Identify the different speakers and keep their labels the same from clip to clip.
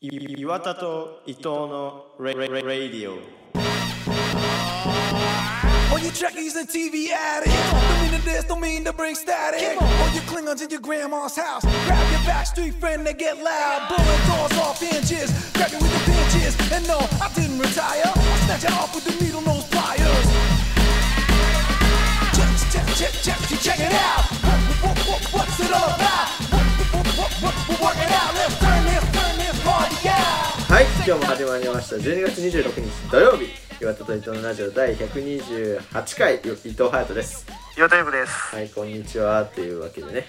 Speaker 1: い岩田と伊藤のレレレレディオ
Speaker 2: All you trekkies and TV addicts Don't mean to this, don't mean to bring static All you Klingons in your grandma's house Grab your backstreet friend, they get loud Blowing doors off inches Grab you with the pinches And no, I didn't retire I snatch it off with the needle nose pliers Check, check, check, check, check, check it out what, what, what, What's it all about? What, what, what, what, we're working out Let's turn this, turn this party out
Speaker 3: はい、今日も始まりました。12月26日土曜日、岩田と伊藤のラジオ第128回、伊藤隼人です。
Speaker 4: 岩田イブです。
Speaker 3: はい、こんにちは。というわけでね、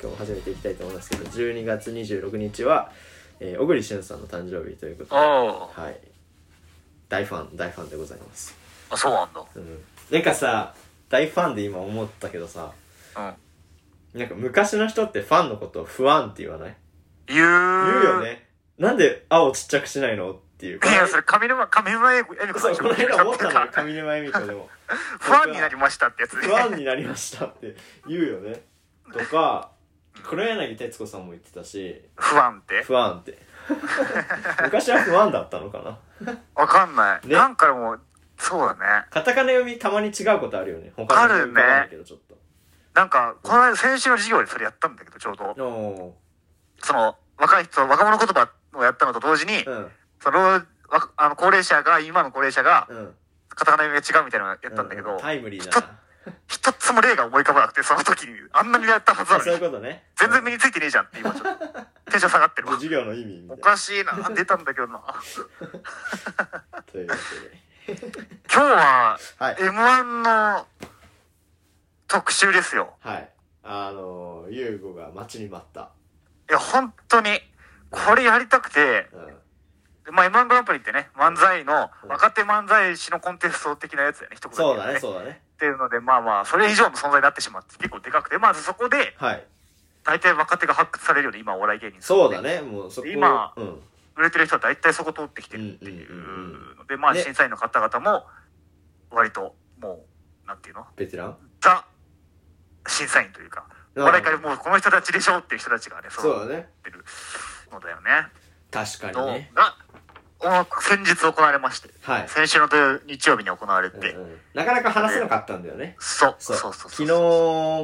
Speaker 3: 今日も始めていきたいと思いますけど、12月26日は、えー小栗旬さんの誕生日ということで、
Speaker 4: あ
Speaker 3: はい、大ファン、大ファンでございます。
Speaker 4: あ、そうなんだ。
Speaker 3: うん、なんかさ、大ファンで今思ったけどさ、
Speaker 4: うん。
Speaker 3: なんか昔の人ってファンのことを不安って言わない
Speaker 4: 言う。
Speaker 3: 言うよ。ね。なんで青ちっちゃくしないのっていう。
Speaker 4: いや、それ、上沼、上沼恵美子さ
Speaker 3: そ
Speaker 4: ん
Speaker 3: う、
Speaker 4: でし
Speaker 3: こ
Speaker 4: ょ
Speaker 3: の間思ったのよ、
Speaker 4: か
Speaker 3: 上沼恵美子でも。
Speaker 4: ファンになりましたってやつね。
Speaker 3: 不安になりましたって言うよね。とか、黒柳徹子さんも言ってたし、
Speaker 4: 不安って
Speaker 3: 不安って。 昔は不安だったのかな。
Speaker 4: わかんない。
Speaker 3: ね
Speaker 4: なんかもう、そうだね。
Speaker 3: カタカナ読みたまに違うことあるよね。他の読み
Speaker 4: あるね
Speaker 3: わかんないけど、ちょっ
Speaker 4: なんか、この間、先週の授業でそれやったんだけど、ちょうど。
Speaker 3: と。お
Speaker 4: その、若い人、若者言葉をやったのと同時に
Speaker 3: ー。う、ん。
Speaker 4: その、わあの、高齢者が、今の高齢者が
Speaker 3: う、ん。
Speaker 4: カタカナ読みが違うみたいなのをやったんだけ
Speaker 3: う
Speaker 4: ど、
Speaker 3: タイムリーだな。
Speaker 4: 一つも例が思い浮かばなくて、その時に、あんなにやったはずなの
Speaker 3: そういう
Speaker 4: に、
Speaker 3: ことね。
Speaker 4: 全然身についてねえじゃんって、今ちょっと、テンション下がってるわ。
Speaker 3: 授業の意味みた
Speaker 4: お
Speaker 3: いな。
Speaker 4: かしいな出たんだけどな
Speaker 3: というわ
Speaker 4: 今日は
Speaker 3: はい
Speaker 4: m 1の特集ですよ
Speaker 3: けで。はい。あのー、優吾が待ちに待った。
Speaker 4: いや本当にこれやりたくて、
Speaker 3: うん。
Speaker 4: まあ、m 1グランプリってね漫才の若手漫才師のコンテスト的なやつだよね一言で言
Speaker 3: そう
Speaker 4: と
Speaker 3: だね、そうだね。
Speaker 4: っていうのでまあまあそれ以上の存在になってしまって結構でかくてまずそこで
Speaker 3: はい。
Speaker 4: 大体若手が発掘されるよね今お笑い芸人さん
Speaker 3: そうだね、もうそこ。
Speaker 4: 今
Speaker 3: うん。
Speaker 4: 売れてる人は大体そこ通ってきてるっていう
Speaker 3: うんうん
Speaker 4: のでまあ
Speaker 3: ね
Speaker 4: 審査員の方々も割ともうなんていうの
Speaker 3: ベテラン
Speaker 4: ザ審査員というか
Speaker 3: うん
Speaker 4: 我々もうこの人たちでしょっていう人たちがね
Speaker 3: そ
Speaker 4: そう
Speaker 3: うだね。
Speaker 4: ってるのだよね
Speaker 3: 確かに
Speaker 4: の
Speaker 3: ね。
Speaker 4: がお先日行われまして
Speaker 3: はい。
Speaker 4: 先週の土曜日曜日に行われて
Speaker 3: うんうんなかなか話せなかったんだよね。
Speaker 4: そうそうそうそう
Speaker 3: 昨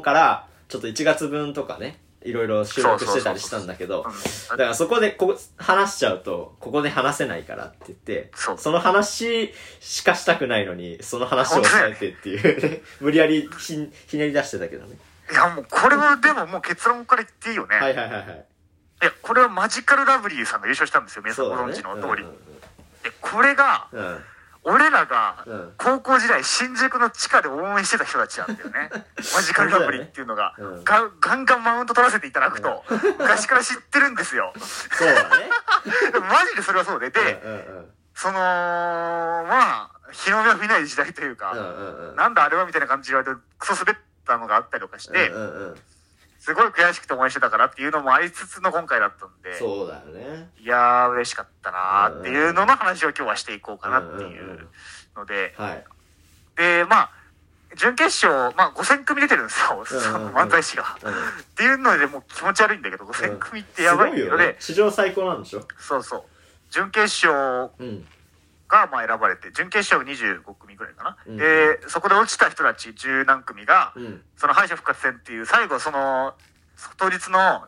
Speaker 3: 日から、ちょっと1月分とかね、いろいろ収録してたりしたんだけど、
Speaker 4: う
Speaker 3: だ
Speaker 4: ん
Speaker 3: からそこでここ話しちゃうと、ここで話せないからって言って、
Speaker 4: そう
Speaker 3: の話しかしたくないのに、その話を抑えてっていうね、 無理やりひひねり出してたけどね。
Speaker 4: いやもうこれはでももう結論から言っていいよね、、
Speaker 3: はいいはいはいはい。
Speaker 4: やこれはマジカルラブリーさんが優勝したんですよ皆さん
Speaker 3: そう
Speaker 4: ご
Speaker 3: だ
Speaker 4: 存
Speaker 3: ね
Speaker 4: 知。の
Speaker 3: うん
Speaker 4: 通り、でこれが
Speaker 3: うんうん。
Speaker 4: 俺らが
Speaker 3: うん
Speaker 4: 高校時代新宿の地下で応援してた人たちなんだよ ねマジカルラブリーっていうのが、
Speaker 3: うん
Speaker 4: がガンガンマウント取らせていただくと、昔から知ってるんですよ
Speaker 3: そうだね。
Speaker 4: でもマジでそれはそうでで、
Speaker 3: うんうんうん。
Speaker 4: そのまあ日の目を見ない時代という
Speaker 3: う
Speaker 4: か、
Speaker 3: んうんうん。
Speaker 4: なんだあれはみたいな感じで言われてクソ滑ったのがあったりとかして、
Speaker 3: うんうんうん、
Speaker 4: すごい悔しくて応援してたからっていうのもありつつの今回だったんで
Speaker 3: そうだよね。
Speaker 4: いやー嬉しかったなーっていうのの話を今日はしていこうかなってい
Speaker 3: うんうんう
Speaker 4: うんので。
Speaker 3: はい。
Speaker 4: でまあ準決勝、まあ、5000組出てるんですよ、
Speaker 3: うんうん
Speaker 4: その漫才師が。
Speaker 3: うん
Speaker 4: っていうのでもう気持ち悪いんだけど5000組ってやばいんだけ
Speaker 3: す
Speaker 4: ど
Speaker 3: ご
Speaker 4: ね
Speaker 3: よね。史上最高なんでしょ
Speaker 4: そうそう準決勝
Speaker 3: うん。
Speaker 4: がまあ選ばれて準決勝25組ぐらいかな、
Speaker 3: うん
Speaker 4: でそこで落ちた人たち十何組が、
Speaker 3: うん。
Speaker 4: その敗者復活戦っていう最後その当日の、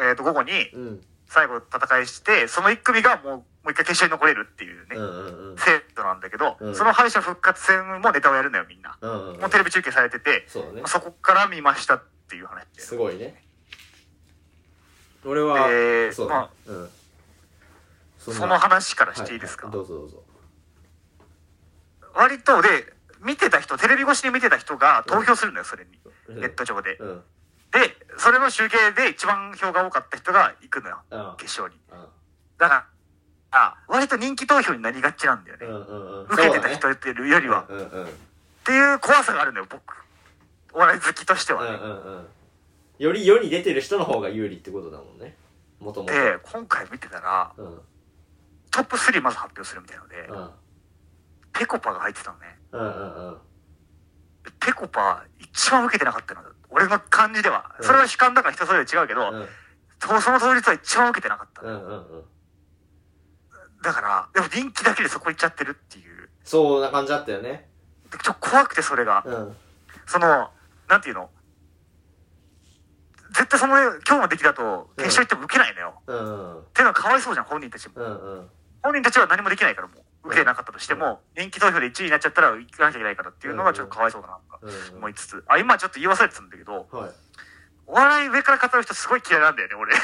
Speaker 4: えー、と午後に
Speaker 3: うん。
Speaker 4: 最後戦いしてその1組がもうもう一回決勝に残れるっていうね、
Speaker 3: うんうんうん。
Speaker 4: 制度なんだけど、
Speaker 3: うん
Speaker 4: その敗者復活戦もネタをやるんだよみんな、
Speaker 3: うんうん
Speaker 4: もうテレビ中継されてて、
Speaker 3: そうだね
Speaker 4: まあ。そこから見ましたっていう話です
Speaker 3: ごいね。俺は、
Speaker 4: えー
Speaker 3: そう
Speaker 4: ま
Speaker 3: だ
Speaker 4: あ、
Speaker 3: うん。そん
Speaker 4: そ
Speaker 3: な
Speaker 4: の話から
Speaker 3: は
Speaker 4: していいですか、
Speaker 3: はどうぞどうぞ。
Speaker 4: 割とで見てた人テレビ越しに見てた人が投票するんだよそれに、
Speaker 3: うん
Speaker 4: ネット上で、
Speaker 3: うん。
Speaker 4: でそれの集計で一番票が多かった人が行くのよ
Speaker 3: うん。
Speaker 4: 決勝に
Speaker 3: うん
Speaker 4: だからあ割と人気投票になりがちなんだよね、
Speaker 3: うんうんうん。
Speaker 4: 受けて
Speaker 3: そうだ
Speaker 4: た
Speaker 3: ね
Speaker 4: 人っていうよりは、っ
Speaker 3: うんうんうん。
Speaker 4: ていう怖さがあるのよ僕お笑い好きとしては
Speaker 3: うん
Speaker 4: ね、
Speaker 3: うんうん。より世に出てる人の方が有利ってことだもんね。もともと。
Speaker 4: で今回見てたら
Speaker 3: うん。うん。
Speaker 4: トップ3まず発表するみたいので、
Speaker 3: うん
Speaker 4: ペコパが入ってたのね
Speaker 3: うんうん。
Speaker 4: ペコパ一番受けてなかったの俺の感じでは、
Speaker 3: うん
Speaker 4: それは主観だから人それぞれ違うけど、
Speaker 3: うん
Speaker 4: とその当日は一番受けてなかった、
Speaker 3: うんうんうん。
Speaker 4: だから、でも人気だけでそこ行っちゃってるっていう。
Speaker 3: そうな感じだったよね
Speaker 4: でちょっと怖くてそれが。
Speaker 3: うん
Speaker 4: その、なんていうの絶対その、今日の出来だと、決勝行っても受けないのよ。
Speaker 3: うん
Speaker 4: っていうのはかわいそうじゃん、本人たちも。
Speaker 3: うんうん
Speaker 4: 本人たちは何もできないからもう、受けなかったとしても、人気投票で1位になっちゃったら行かなきゃいけないからっていうのがちょっとかわいそうだな、とか
Speaker 3: うん
Speaker 4: 思いつつ。あ、今ちょっと言い忘れてたんだけど、
Speaker 3: はい
Speaker 4: お笑い上から語る人すごい嫌いなんだよね、俺。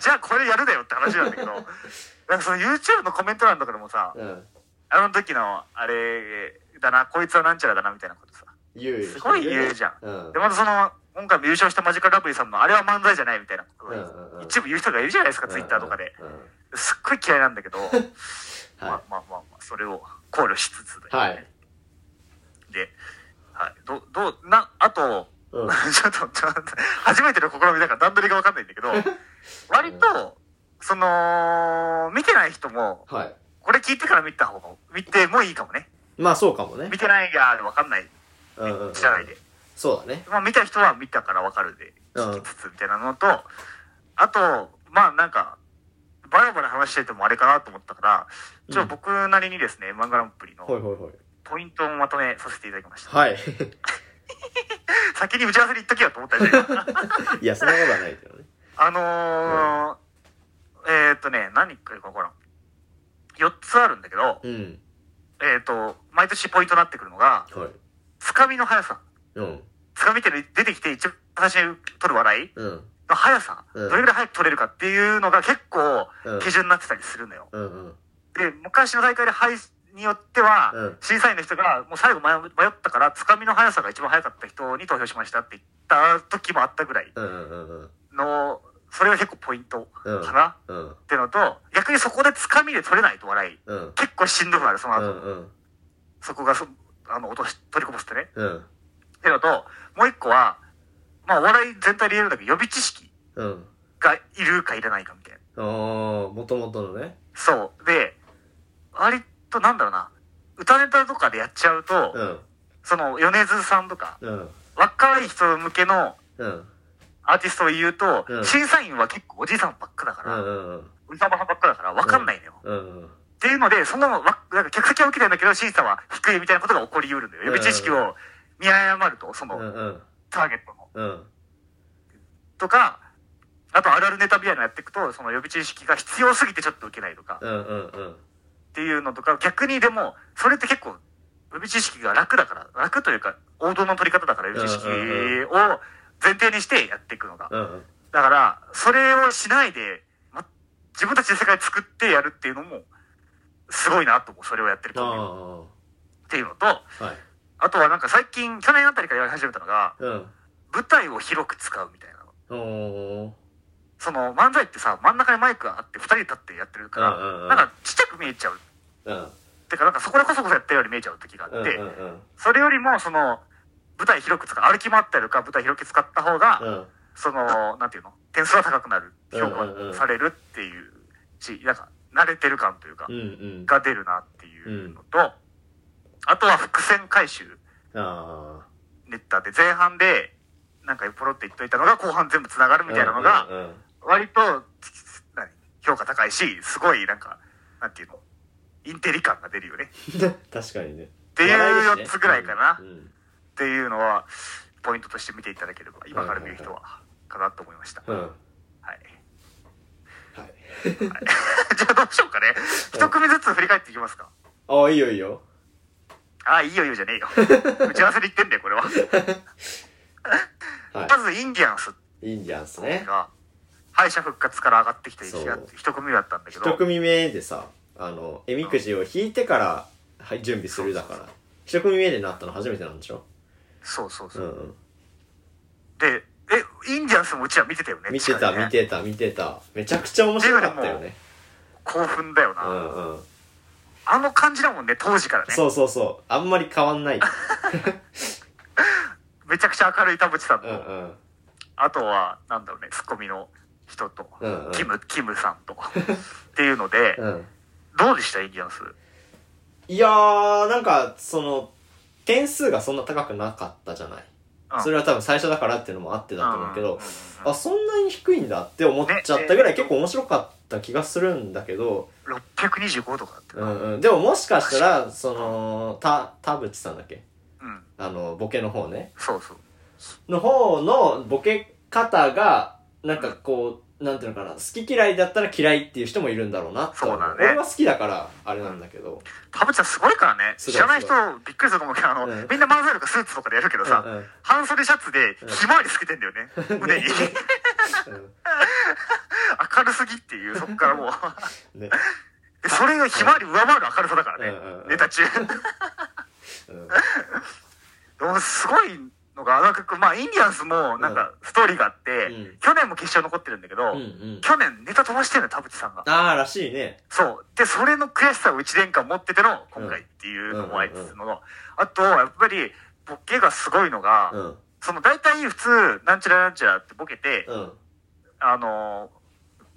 Speaker 4: じゃあこれやるだよって話なんだけど、 なんかその YouTube のコメント欄とかでもさ、
Speaker 3: うん
Speaker 4: あの時のあれだな、こいつはなんちゃらだなみたいなことさ、
Speaker 3: 言うよ
Speaker 4: すごい言うじゃん。
Speaker 3: うん
Speaker 4: で、またその、今回も優勝したマジカルラブリーさんのあれは漫才じゃないみたいなこと
Speaker 3: うんうんうん
Speaker 4: を一部言う人がいるじゃないですか、ツイッターとかで。
Speaker 3: うんうん
Speaker 4: すっごい嫌いなんだけど、まあ
Speaker 3: は
Speaker 4: まあまあまあ、それを考慮しつつ
Speaker 3: い
Speaker 4: だ
Speaker 3: は
Speaker 4: よ
Speaker 3: い
Speaker 4: ねで、はい。どう、どう、な、あと、
Speaker 3: うん
Speaker 4: ちょっと、ちょっと、初めての試みだから段取りがわかんないん だけど、割と、その、見てない人も、
Speaker 3: はい
Speaker 4: これ聞いてから見た方が、見てもいいかもね。
Speaker 3: まあそうかもね
Speaker 4: 見てないやわかんない、
Speaker 3: うんうんうん
Speaker 4: 知らないで。
Speaker 3: そうだね
Speaker 4: まあ見た人は見たからわかるで、
Speaker 3: うん
Speaker 4: 聞きつつみたいなのと、あと、まあなんか、バラバラ話しててもあれかなと思ったから、ちょっと僕なりにですね、マンガランプリ
Speaker 3: はいは
Speaker 4: の
Speaker 3: いはい
Speaker 4: ポイントをまとめさせていただきました。
Speaker 3: はい
Speaker 4: 先に打ち合わせで言っとけよと思ったじゃん。
Speaker 3: いやそんなことはないけどね
Speaker 4: あのー、えーっとね、何か分からん。4つあるんだけど、
Speaker 3: うん
Speaker 4: えーっと、毎年ポイントになってくるのが、
Speaker 3: はい
Speaker 4: つかみの速さ。
Speaker 3: うん
Speaker 4: つかみっていうの出てきて一番最初に取る笑い
Speaker 3: うん
Speaker 4: の速さ、
Speaker 3: うん
Speaker 4: どれぐらい早く取れるかっていうのが結構
Speaker 3: うん
Speaker 4: 基準になってたりするのよ。
Speaker 3: うんうん
Speaker 4: で、昔の大会で敗によっては、
Speaker 3: うん
Speaker 4: 審査員の人がもう最後迷迷ったから、つかみの速さが一番速かった人に投票しましたって言った時もあったぐらい
Speaker 3: うんうんうんうん
Speaker 4: の、それが結構ポイント
Speaker 3: うん
Speaker 4: かな、
Speaker 3: うん
Speaker 4: ってのと、逆にそこでつかみで取れないと笑い。
Speaker 3: うん
Speaker 4: 結構しんどくなる、その
Speaker 3: う
Speaker 4: 後。
Speaker 3: んうん
Speaker 4: そこがそ、あの、落とし、取りこぼしてね。
Speaker 3: うん
Speaker 4: ってのと、もう一個は、まあ、お笑い全体で言えるんだけど、予備知識
Speaker 3: うん
Speaker 4: がいるかいらないかみたいな。
Speaker 3: ああもともとのね
Speaker 4: そう。で、割となんだろうな、歌ネタとかでやっちゃうと、
Speaker 3: うん
Speaker 4: その、米津さんとか、
Speaker 3: うん
Speaker 4: 若い人向けの
Speaker 3: うん
Speaker 4: アーティストを言うと、
Speaker 3: うん
Speaker 4: 審査員は結構おじいさんばっかだか
Speaker 3: う
Speaker 4: ら、
Speaker 3: んうん
Speaker 4: おじさんばっかだから、わかんないのよ。
Speaker 3: うんうん
Speaker 4: っていうので、その、わなんか客席は受けてんだけど、審査は低いみたいなことが起こりうるんだよ。予備知識を見誤ると、そ
Speaker 3: うんう
Speaker 4: の、
Speaker 3: ん
Speaker 4: ターゲットの。
Speaker 3: うん
Speaker 4: とか、あと、あるあるネタみたいなのやっていくと、その予備知識が必要すぎてちょっと受けないとか、っ
Speaker 3: うんうんうん
Speaker 4: ていうのとか、逆にでも、それって結構、予備知識が楽だから、楽というか、王道の取り方だから、予備知識
Speaker 3: うんうん
Speaker 4: を前提にしてやっていくのが。
Speaker 3: うん
Speaker 4: だから、それをしないで、ま、自分たちで世界作ってやるっていうのも、すごいなと思う、それをやってる
Speaker 3: あ
Speaker 4: と思う
Speaker 3: あ
Speaker 4: っていうのと、
Speaker 3: はい
Speaker 4: あとはなんか最近、去年あたりからやり始めたのが、
Speaker 3: うん
Speaker 4: 舞台を広く使うみたいなの。
Speaker 3: おお
Speaker 4: その漫才ってさ、真ん中にマイクがあって二人立ってやってるか
Speaker 3: うんうんうん
Speaker 4: ら、なんかちっちゃく見えちゃう。
Speaker 3: うん
Speaker 4: てかなんかそこでこそこそやったように見えちゃう時があ
Speaker 3: うん
Speaker 4: っ
Speaker 3: う
Speaker 4: て、
Speaker 3: んうん
Speaker 4: それよりもその、舞台広く使う、歩き回ったりとか舞台広く使った方が、
Speaker 3: うん
Speaker 4: その、なんていうの、点数は高くなる、評
Speaker 3: うんうんうん
Speaker 4: 価されるっていうし、なんか慣れてる感というか
Speaker 3: う、ん
Speaker 4: が出るなっていうのと、あとは伏線回収。
Speaker 3: うんあ
Speaker 4: ネタで前半でなんかポロって言っといたのが後半全部つながる
Speaker 3: あ
Speaker 4: みたいなの
Speaker 3: う
Speaker 4: が
Speaker 3: んうん
Speaker 4: 割とつ何評価高いしすごいなんかなんていうのインテリ感が出るよね
Speaker 3: うん確かにねっ
Speaker 4: っていう4つぐらいかな
Speaker 3: う
Speaker 4: っ
Speaker 3: ん
Speaker 4: ていうのはポイントとして見ていただければ今から見る人はかなと思いました
Speaker 3: う
Speaker 4: は
Speaker 3: ん
Speaker 4: い
Speaker 3: はい
Speaker 4: じゃあどうしようかね一組ずつ振り返っていきますか
Speaker 3: ああいいよいいよ
Speaker 4: ああいいよいいよじゃね えよ打ち合わせで言ってんだよこれは
Speaker 3: は
Speaker 4: まずインディアンス
Speaker 3: いいいんじゃんすね
Speaker 4: が敗者復活から上がってきて一
Speaker 3: そう
Speaker 4: 一組だったんだけど
Speaker 3: 一組目でさあのえみくじを引いてからはい準備するだから一組目でなったの初めてなんでしょ
Speaker 4: そうそうそう
Speaker 3: う、んうん
Speaker 4: で、え、インディアンスもうちは見てたよね。
Speaker 3: 見てた
Speaker 4: 確か
Speaker 3: 見
Speaker 4: にね
Speaker 3: てた見てためちゃくちゃ面白かったよね
Speaker 4: 興奮だよな、
Speaker 3: うんうん
Speaker 4: あの感じだもんね、当時からね。
Speaker 3: そうそうそうあんまり変わんない
Speaker 4: めちゃくちゃ明るい田淵さん
Speaker 3: う
Speaker 4: と、
Speaker 3: んうん
Speaker 4: あとは、なんだろうね、ツッコミの人と、
Speaker 3: うんうん
Speaker 4: キム、キムさん と、っていうので、
Speaker 3: うん
Speaker 4: どうでした、インディアンス。
Speaker 3: いやーなんかその点数がそんな高くなかったじゃない
Speaker 4: うん
Speaker 3: それは多分最初だからっていうのもあってだと思うけ
Speaker 4: う
Speaker 3: ど
Speaker 4: ん
Speaker 3: あそんなに低いんだって思っちゃったぐらい結構面白かっった気がするんだけど、
Speaker 4: 625とかだった
Speaker 3: う
Speaker 4: かな。
Speaker 3: んうん、でももしかしたらそのた田淵さんだっけ
Speaker 4: うん。
Speaker 3: あのボケの方ね
Speaker 4: そうそう。
Speaker 3: の方のボケ方がなんかこうなんていうのかな好き嫌いだったら嫌いっていう人もいるんだろうなとは思
Speaker 4: そうだね
Speaker 3: 俺は好きだからあれなんだけど、
Speaker 4: 田淵さんすごいからね。
Speaker 3: すごい
Speaker 4: 知らない人びっくりすると思うけど、あの、
Speaker 3: うん
Speaker 4: みんな漫才とかスーツとかでやるけどさ、
Speaker 3: うんうん
Speaker 4: 半袖シャツでひまわりつけてんだよね。胸に。 明るすぎっていう、そっからもう。
Speaker 3: うんね
Speaker 4: でそれがひまわり上回る明るさだからね。
Speaker 3: うんうんうん
Speaker 4: ネタ 中。
Speaker 3: うん
Speaker 4: でもすごいのが、なんか、まあ、インディアンスも、なんか、ストーリーがあって、
Speaker 3: うん
Speaker 4: 去年も決勝残ってるんだけど、
Speaker 3: うんうん
Speaker 4: 去年ネタ飛ばしてるのよ、田淵さんが。
Speaker 3: ああらしいね
Speaker 4: そう。で、それの悔しさを1年間持ってての、今回っていうのもありつつの、あと、やっぱり、ボケがすごいのが、
Speaker 3: うん
Speaker 4: その、大体普通、なんちゃらなんちゃらってボケて、
Speaker 3: うん
Speaker 4: あのー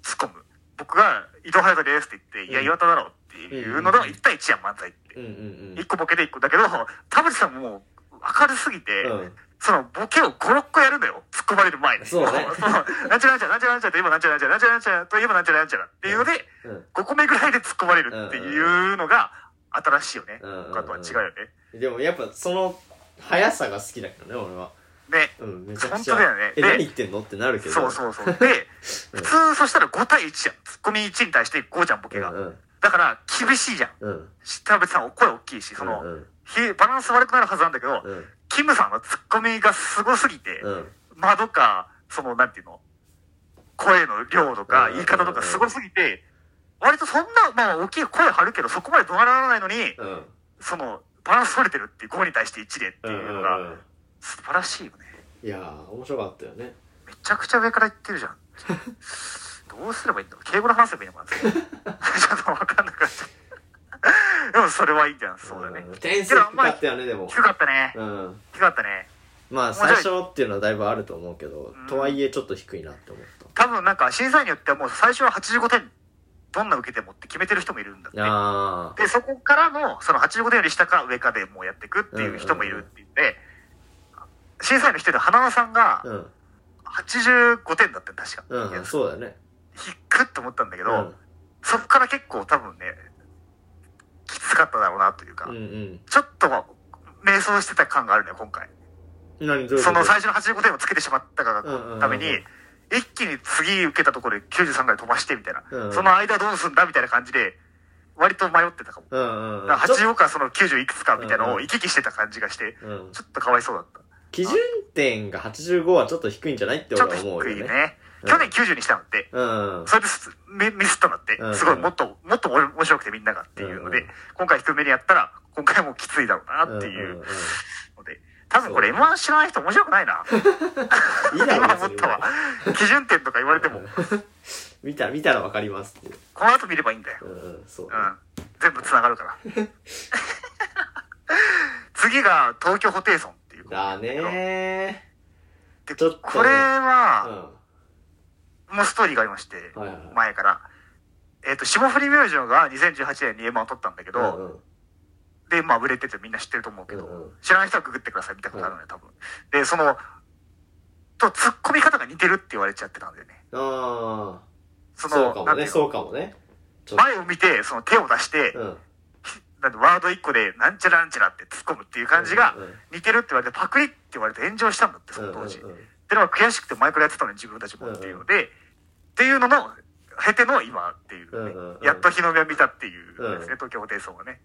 Speaker 4: 突っ込む。僕が、伊藤隼人ですって言って、いや、
Speaker 3: うん
Speaker 4: 岩田だろっていうのの1対1やん、漫才って。
Speaker 3: うんうんうん
Speaker 4: 1個ボケで1個。だけど、田淵さんももう、明るすぎて、
Speaker 3: うん
Speaker 4: そのボケを5、6個やるのよ。突っ込まれる前に。
Speaker 3: そうね
Speaker 4: の なんちゃらなんちゃらなんちゃらなんちゃらといえばなんちゃらなんちゃらなんちゃらなんちゃらといえばなんちゃらなんちゃらっていうので、
Speaker 3: うん
Speaker 4: 5個目ぐらいで突っ込まれるっていうのが新しいよね。
Speaker 3: うんうんうん
Speaker 4: 他とは違うよね。
Speaker 3: でもやっぱその速さが好きだけどね俺は
Speaker 4: ね。
Speaker 3: うんめちゃくちゃ
Speaker 4: 本当だよね
Speaker 3: え
Speaker 4: で
Speaker 3: 何言ってんのってなるけど
Speaker 4: そうそうそう。で、普通そしたら5対1じゃん。突っ込み1に対して5じゃん、ボケ
Speaker 3: うん
Speaker 4: が。
Speaker 3: うん
Speaker 4: だから厳しいじゃん。
Speaker 3: うん
Speaker 4: 田辺さん声大きいし、その、
Speaker 3: うんうん
Speaker 4: ひバランス悪くなるはずなんだけど、
Speaker 3: うん
Speaker 4: キムさんの突っ込みがすごすぎて、
Speaker 3: うん
Speaker 4: 間とか、その、なんていうの、声の量とか
Speaker 3: う、ん
Speaker 4: 言い方とかすごすぎて、割とそんな、まあ、大きい声張るけど、そこまで怒鳴らないのに、
Speaker 3: うん
Speaker 4: その、バランス取れてるっていう、声に対して一例って
Speaker 3: うん
Speaker 4: いうの
Speaker 3: う
Speaker 4: が、
Speaker 3: ん
Speaker 4: 素晴らしいよね。
Speaker 3: いやー面白かったよね
Speaker 4: めちゃくちゃ上から言ってるじゃん。 どうすればいいんだろう敬語で話せばいいのかな ちょっとわかんなくなっちゃう。 でも、それはいいんじゃん。そうだね
Speaker 3: ん。点数低かったよねでも
Speaker 4: 低かったね。
Speaker 3: うん
Speaker 4: 低かったね。
Speaker 3: まあ最初っていうのはだいぶあると思うけど
Speaker 4: うん
Speaker 3: とはいえちょっと低いなって思った
Speaker 4: 多分、なんか、審査員によってはもう、最初は85点、どんな受けてもって決めてる人もいるんだって。
Speaker 3: あ
Speaker 4: で、そこからの、その85点より下か上かでもうやっていくっていう人もいるって言って、審査員の一人で花輪さんが
Speaker 3: あうん
Speaker 4: 85点だったの確か。
Speaker 3: うんそうだよね
Speaker 4: ひっくって思ったんだけ
Speaker 3: う
Speaker 4: ど、
Speaker 3: ん
Speaker 4: そこから結構多分ね、きつかっただろうなというか、
Speaker 3: うんうん
Speaker 4: ちょっと迷走してた感があるね、今回。
Speaker 3: 何どういうこと
Speaker 4: その最初の85点をつけてしまったが
Speaker 3: うんうんうん
Speaker 4: ために、一気に次受けたところで93ぐらい飛ばしてみたいな、
Speaker 3: うん
Speaker 4: その間どうすんだみたいな感じで、割と迷ってたかも。
Speaker 3: うんうんうん
Speaker 4: だか
Speaker 3: ち
Speaker 4: ら
Speaker 3: ょっ
Speaker 4: 85からその90いくつかみたいなの
Speaker 3: うん
Speaker 4: を
Speaker 3: うん
Speaker 4: 行き来してた感じがして、
Speaker 3: とうん
Speaker 4: ちょっとかわいそうだった。
Speaker 3: 基準点が85はちょっと低いんじゃないって
Speaker 4: ち
Speaker 3: 俺
Speaker 4: ょっと
Speaker 3: は思う
Speaker 4: 低い
Speaker 3: よ
Speaker 4: ね。
Speaker 3: ねうん
Speaker 4: 去年90にしたのって、
Speaker 3: うん
Speaker 4: それですミミスったのって
Speaker 3: うん、
Speaker 4: すごいもっと、もっと面白くてみんながっていうの
Speaker 3: う
Speaker 4: で
Speaker 3: ん、
Speaker 4: 今回低めにやったら、今回もきついだろうなってい
Speaker 3: んん
Speaker 4: うんので、多分これ M1 知らない人面白くないな。
Speaker 3: いいだろ
Speaker 4: 今思ったわ。基準点とか言われても、
Speaker 3: 見た見たらわかりますっていう
Speaker 4: この後見ればいいんだよ。
Speaker 3: うんうんそう
Speaker 4: うん。全部繋が るから。次が東京ホテイソンっていう。
Speaker 3: だね
Speaker 4: で
Speaker 3: ちょっとね
Speaker 4: これは、
Speaker 3: ーうん
Speaker 4: もうストーリーがありまして、
Speaker 3: はいはい
Speaker 4: 前から。えっ、と、霜降り明星が2018年に M1 を取ったんだけど、
Speaker 3: うんうん
Speaker 4: で、まあ、売れててみんな知ってると思うけど、
Speaker 3: うんうん
Speaker 4: 知らない人はググってください、見たことあるのよ、多分。で、その、と、突っ込み方が似てるって言われちゃってたんだよね。
Speaker 3: あ
Speaker 4: そ
Speaker 3: あ
Speaker 4: の、
Speaker 3: そうかも
Speaker 4: なんて
Speaker 3: ね
Speaker 4: いうの
Speaker 3: そうかもねちょっと
Speaker 4: 前を見て、その手を出して、
Speaker 3: うん
Speaker 4: なんてワード一個で、なんちゃらなんちゃらって突っ込むっていう感じが
Speaker 3: うんうん
Speaker 4: 似てるって言われて、パクリって言われて炎上したんだって、その当時。
Speaker 3: うんうんうん
Speaker 4: で、まあ悔しくて前からやってたのに自分たちもっていうので、っていうのの、経ての今っていう、ね
Speaker 3: うんうんうん
Speaker 4: やっと日の目を見たっていうですね、
Speaker 3: うん
Speaker 4: 東京ホテイソンはね。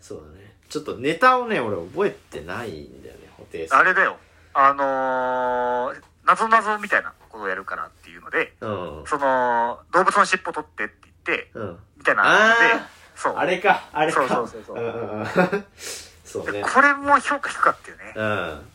Speaker 3: そうだねちょっとネタをね俺覚えてないんだよね布袋さん
Speaker 4: あれだよ、あのー、謎謎みたいなことをやるからっていうので、
Speaker 3: うん
Speaker 4: その、動物の尻尾取ってって言って、
Speaker 3: うん
Speaker 4: みたいなので
Speaker 3: あ、
Speaker 4: そう。
Speaker 3: あれかあれか
Speaker 4: そうそうそうそうん
Speaker 3: んうん そう
Speaker 4: で
Speaker 3: ね
Speaker 4: これも評価低かったよね。
Speaker 3: うん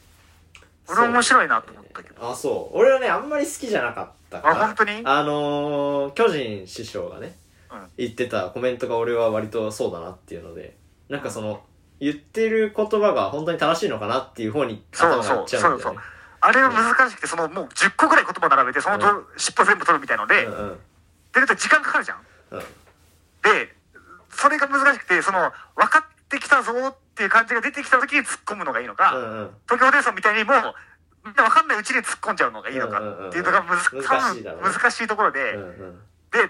Speaker 4: これ面白いなと思ったけど。
Speaker 3: あそう俺はねあんまり好きじゃなかったから
Speaker 4: あ本当に
Speaker 3: あのー、巨人師匠がね、
Speaker 4: うん
Speaker 3: 言ってたコメントが俺は割とそうだなっていうのでなんかその言ってる言葉が本当に正しいのかなっていう方に頭がいっちゃうんだよね
Speaker 4: あれは難しくて、そのもう10個ぐらい言葉並べて、そのと、尻尾全部取るみたいので、
Speaker 3: うんうん
Speaker 4: で、だって時間かかるじゃん。
Speaker 3: うん
Speaker 4: で、それが難しくて、その、分かってきたぞっていう感じが出てきた時に突っ込むのがいいのか、
Speaker 3: うんうん
Speaker 4: 東京ホテイソンみたいにもう、みんな分かんないうちに突っ込んじゃうのがいいのかっていうのがむず
Speaker 3: うんうんうん
Speaker 4: 多
Speaker 3: 難
Speaker 4: 分
Speaker 3: しいだろうね
Speaker 4: 難しいところで、
Speaker 3: うんうん
Speaker 4: で、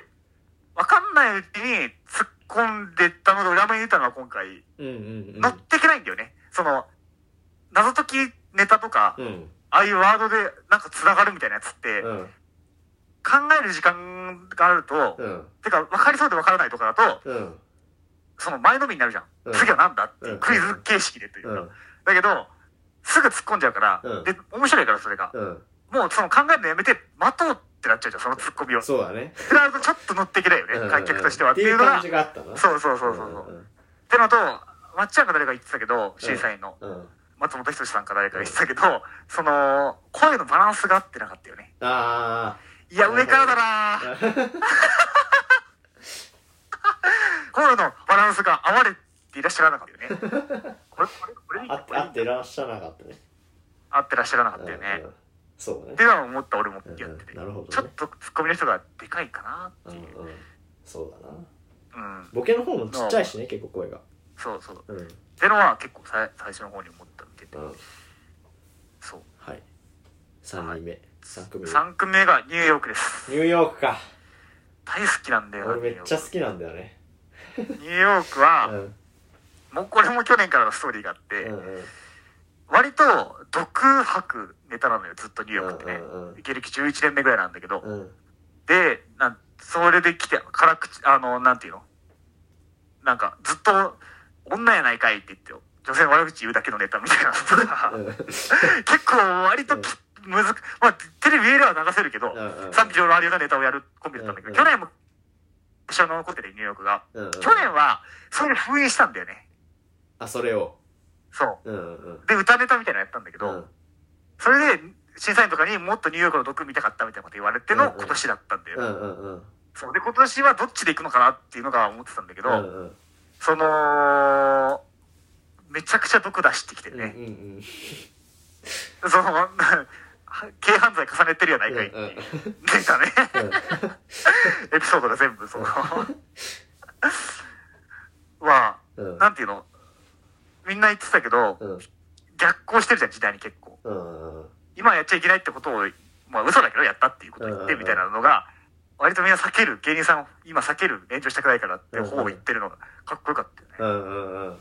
Speaker 4: ないうちに突っ込んでったのが裏目に出たのは今回、
Speaker 3: うんうん
Speaker 4: 乗ってけないんだよね。その、謎解きネタとか、
Speaker 3: うん。うん。
Speaker 4: ああいうワードでなんか繋がるみたいなやつって、
Speaker 3: うん。
Speaker 4: 考える時間があると、
Speaker 3: うん。
Speaker 4: てか分かりそうで分からないとかだと、
Speaker 3: うん。
Speaker 4: その前のめりになるじゃん。
Speaker 3: うん
Speaker 4: 次はなんだっていう
Speaker 3: うん
Speaker 4: クイズ形式でという
Speaker 3: う
Speaker 4: か。
Speaker 3: ん。
Speaker 4: だけど、すぐ突っ込んじゃうから、
Speaker 3: うん
Speaker 4: で、面白いからそれが。
Speaker 3: うん。
Speaker 4: もうその考えるのやめて、待とうってなっちゃうじゃん、その突っ込みを。
Speaker 3: そうだね。
Speaker 4: ってなるとちょっと乗っていけないよね、観客としては。っていうの
Speaker 3: 感
Speaker 4: が
Speaker 3: じ、があったな。
Speaker 4: そうそうそうそう。うっ
Speaker 3: ん
Speaker 4: てのと、松ちゃんか誰か言ってたけど、審査員の
Speaker 3: うん。うん
Speaker 4: 松本人志さんか誰か言ってたけど、その、声のバランスが合ってなかったよね。
Speaker 3: あ
Speaker 4: いや、
Speaker 3: なる
Speaker 4: 上
Speaker 3: ほど
Speaker 4: からだな
Speaker 3: あ
Speaker 4: ぁ。。声のバランスが合われていらっしゃらなかったよね。これ、これ、これいい
Speaker 3: あって、あってらっしゃらなかったね。
Speaker 4: 合ってらっしゃらなかったよね。
Speaker 3: うんうんそうだ
Speaker 4: っ
Speaker 3: ね
Speaker 4: て。いうのは思った俺も
Speaker 3: うん
Speaker 4: やってて、
Speaker 3: うんなるほどね
Speaker 4: ちょっとツッコミの人がでかいかな
Speaker 3: う
Speaker 4: っ
Speaker 3: ん
Speaker 4: ていう、
Speaker 3: うん。そうだな。
Speaker 4: うん
Speaker 3: ボケの方もちっちゃいしね、結構声が。
Speaker 4: そうそうっ
Speaker 3: うん。うん。
Speaker 4: てのは結構さ最初の方に思った見てて、そう
Speaker 3: はい。3人目。3組目。
Speaker 4: 3組目がニューヨークです
Speaker 3: ニューヨークか。
Speaker 4: 大好きなんだよ
Speaker 3: 俺めっちゃ
Speaker 4: ニ
Speaker 3: 好きなんだよね。
Speaker 4: ューヨーク
Speaker 3: う
Speaker 4: は、
Speaker 3: ん。
Speaker 4: もうこれも去年からのストーリーがあって、
Speaker 3: うんうん。
Speaker 4: 割と毒吐くネタなのよずっとニューヨークってね、
Speaker 3: うんうんうん
Speaker 4: 芸歴11年目ぐらいなんだけど、
Speaker 3: うん。
Speaker 4: でなんそれで来て辛口あのなんていうのなんかずっと「女やないかい」って言ってよ女性の悪口言うだけのネタみたいなのとか、
Speaker 3: うん
Speaker 4: 結構割とき、むずくまあテレビでは流せるけど、
Speaker 3: うんうん
Speaker 4: さっきいろいろあるようなネタをやるコンビだったんだけど、
Speaker 3: うんうん
Speaker 4: 去年も一緒に残っててニューヨークが、
Speaker 3: うんうん
Speaker 4: 去年はそれを封印したんだよね
Speaker 3: あ、それを。
Speaker 4: そ
Speaker 3: うんうん
Speaker 4: うで歌ネタみたいなのやったんだけ
Speaker 3: う
Speaker 4: ど、
Speaker 3: ん。
Speaker 4: それで審査員とかにもっとニューヨークの毒見たかったみたいなこと言われて
Speaker 3: うん
Speaker 4: の
Speaker 3: うん
Speaker 4: 今年だったんだよ、
Speaker 3: うんうんうん。
Speaker 4: そうで今年はどっちで行くのかなっていうのが思ってたんだけど、
Speaker 3: うんうん。
Speaker 4: そのめちゃくちゃ毒出してきて
Speaker 3: うんうん
Speaker 4: ね、
Speaker 3: うん。
Speaker 4: その 軽犯罪重ねてるやないかいっていう
Speaker 3: うんうん
Speaker 4: 出たねエピソードが全部 そのは、
Speaker 3: うん
Speaker 4: なんていうのみんな言ってたけど、
Speaker 3: うん
Speaker 4: 逆行してるじゃん時代に結構
Speaker 3: うんうん。
Speaker 4: 今やっちゃいけないってことをまあ嘘だけどやったっていうことを言って
Speaker 3: うんうんう
Speaker 4: み
Speaker 3: ん
Speaker 4: たいなのが割とみんな避ける芸人さんを今避ける炎上したくないからって方を言ってるのがかっこよかったよね
Speaker 3: うんうんうん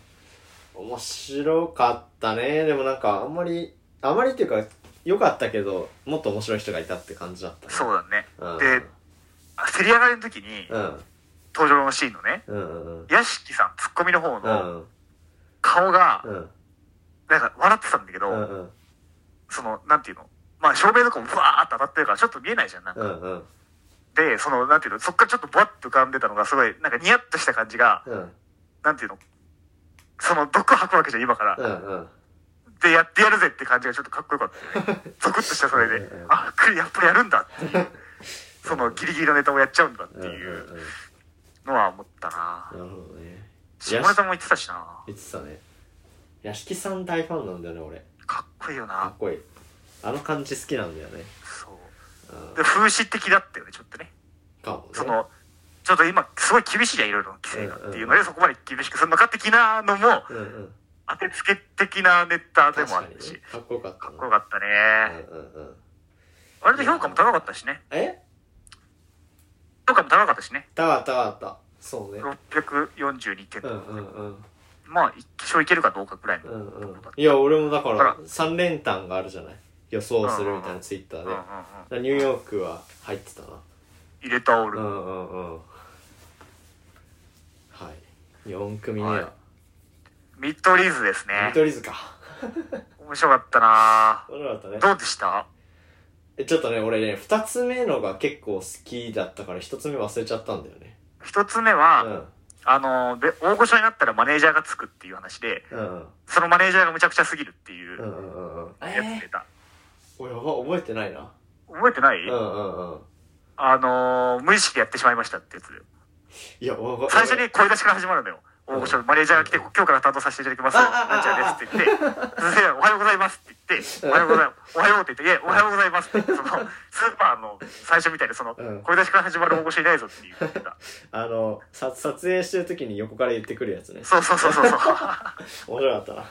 Speaker 3: 面白かったねでもなんかあんまりあまりっていうか良かったけどもっと面白い人がいたって感じだったね
Speaker 4: そうだね、
Speaker 3: うん
Speaker 4: でせり上がりの時に
Speaker 3: うん
Speaker 4: 登場のシーンのね
Speaker 3: うんうん
Speaker 4: 屋敷さんツッコミの方
Speaker 3: う
Speaker 4: の
Speaker 3: ん
Speaker 4: 顔が
Speaker 3: うん
Speaker 4: なんか笑ってたんだけど、
Speaker 3: うんうん
Speaker 4: そのなんていうのまあ照明とかもブワーって当たってるからちょっと見えないじゃんなんか、
Speaker 3: うんうん
Speaker 4: でそのなんていうのそっからちょっとぼわっと浮かんでたのがすごいなんかニヤッとした感じが
Speaker 3: うん
Speaker 4: なんていうのその毒吐くわけじゃん今から、
Speaker 3: うんうん
Speaker 4: でやってやるぜって感じがちょっとかっこよかったよ ねゾクッとしたそれで
Speaker 3: うんうん
Speaker 4: あっやっぱやるんだって いうそのギリギリのネタをやっちゃうんだって
Speaker 3: うんうん
Speaker 4: い
Speaker 3: うん
Speaker 4: うのは思ったな
Speaker 3: なるほどね
Speaker 4: 下
Speaker 3: 屋
Speaker 4: ネ
Speaker 3: 敷
Speaker 4: タも言ってたしな
Speaker 3: 言ってたね屋敷さん大ファンなんだよね俺
Speaker 4: かっこいいよ
Speaker 3: か
Speaker 4: な
Speaker 3: っこいいあの感じ好きなんだよね
Speaker 4: そう
Speaker 3: うん
Speaker 4: で風刺的だったよねちょっとね
Speaker 3: かもね
Speaker 4: そのちょっと今すごい厳しいじゃんいろいろの規制がっていうの
Speaker 3: うん
Speaker 4: でそこまで厳しくするのか的なのも
Speaker 3: うんうん
Speaker 4: 当てつけ的なネタで
Speaker 3: 確
Speaker 4: もあ
Speaker 3: か
Speaker 4: る
Speaker 3: に
Speaker 4: し
Speaker 3: ねかっこよかった
Speaker 4: か
Speaker 3: な
Speaker 4: っこよかったね
Speaker 3: うんうんうん
Speaker 4: 割と評価も高かったしね
Speaker 3: え
Speaker 4: 評価も高かったしね
Speaker 3: たわたわたそうね
Speaker 4: 642点
Speaker 3: うんうんうん
Speaker 4: まあ一勝いけるかどうかぐらいの
Speaker 3: うんうん
Speaker 4: だった
Speaker 3: いや俺もだか
Speaker 4: あ
Speaker 3: ら
Speaker 4: ら
Speaker 3: 3連単があるじゃない予想するみたいなツイッター
Speaker 4: うん
Speaker 3: で
Speaker 4: うん
Speaker 3: だ
Speaker 4: うん
Speaker 3: からニューヨークは入ってたな
Speaker 4: 入れたオー
Speaker 3: う
Speaker 4: ル、
Speaker 3: んうんうんはい4組目
Speaker 4: はい
Speaker 3: は
Speaker 4: ミッドリーズです
Speaker 3: 見
Speaker 4: ね
Speaker 3: 取り図か
Speaker 4: 面白かったな
Speaker 3: 面白かったね
Speaker 4: どうでした
Speaker 3: えちょっとね俺ね2つ目のが結構好きだったから1つ目忘れちゃったんだよね
Speaker 4: 一つ目
Speaker 3: う
Speaker 4: は、
Speaker 3: ん
Speaker 4: あのべ大御所になったらマネージャーがつくっていう話で
Speaker 3: うん
Speaker 4: そのマネージャーがむちゃくちゃすぎるっていう
Speaker 3: うんう
Speaker 4: や
Speaker 3: んうんうん
Speaker 4: つ
Speaker 3: え
Speaker 4: 出た、
Speaker 3: ー、おやば覚えてないな
Speaker 4: 覚えてない、
Speaker 3: うんうんうん
Speaker 4: あのー無意識でやってしまいましたってやつだよ
Speaker 3: いやわか
Speaker 4: 最初に声出しから始まるのよ大御所のマネージャーが来て今日から担当させていただきます
Speaker 3: あああ
Speaker 4: なんちゃらですって言っ て「先生おはようございます」って言って「おはようございます」おはようって言って「いえおはようございます」って言ってそのスーパーの最初みたいにその
Speaker 3: うん
Speaker 4: 声出しから始まる大御所いないぞっていう言ってた
Speaker 3: あのさ撮影してる時に横から言ってくるやつね
Speaker 4: そうそうそうそ うそう
Speaker 3: 面白か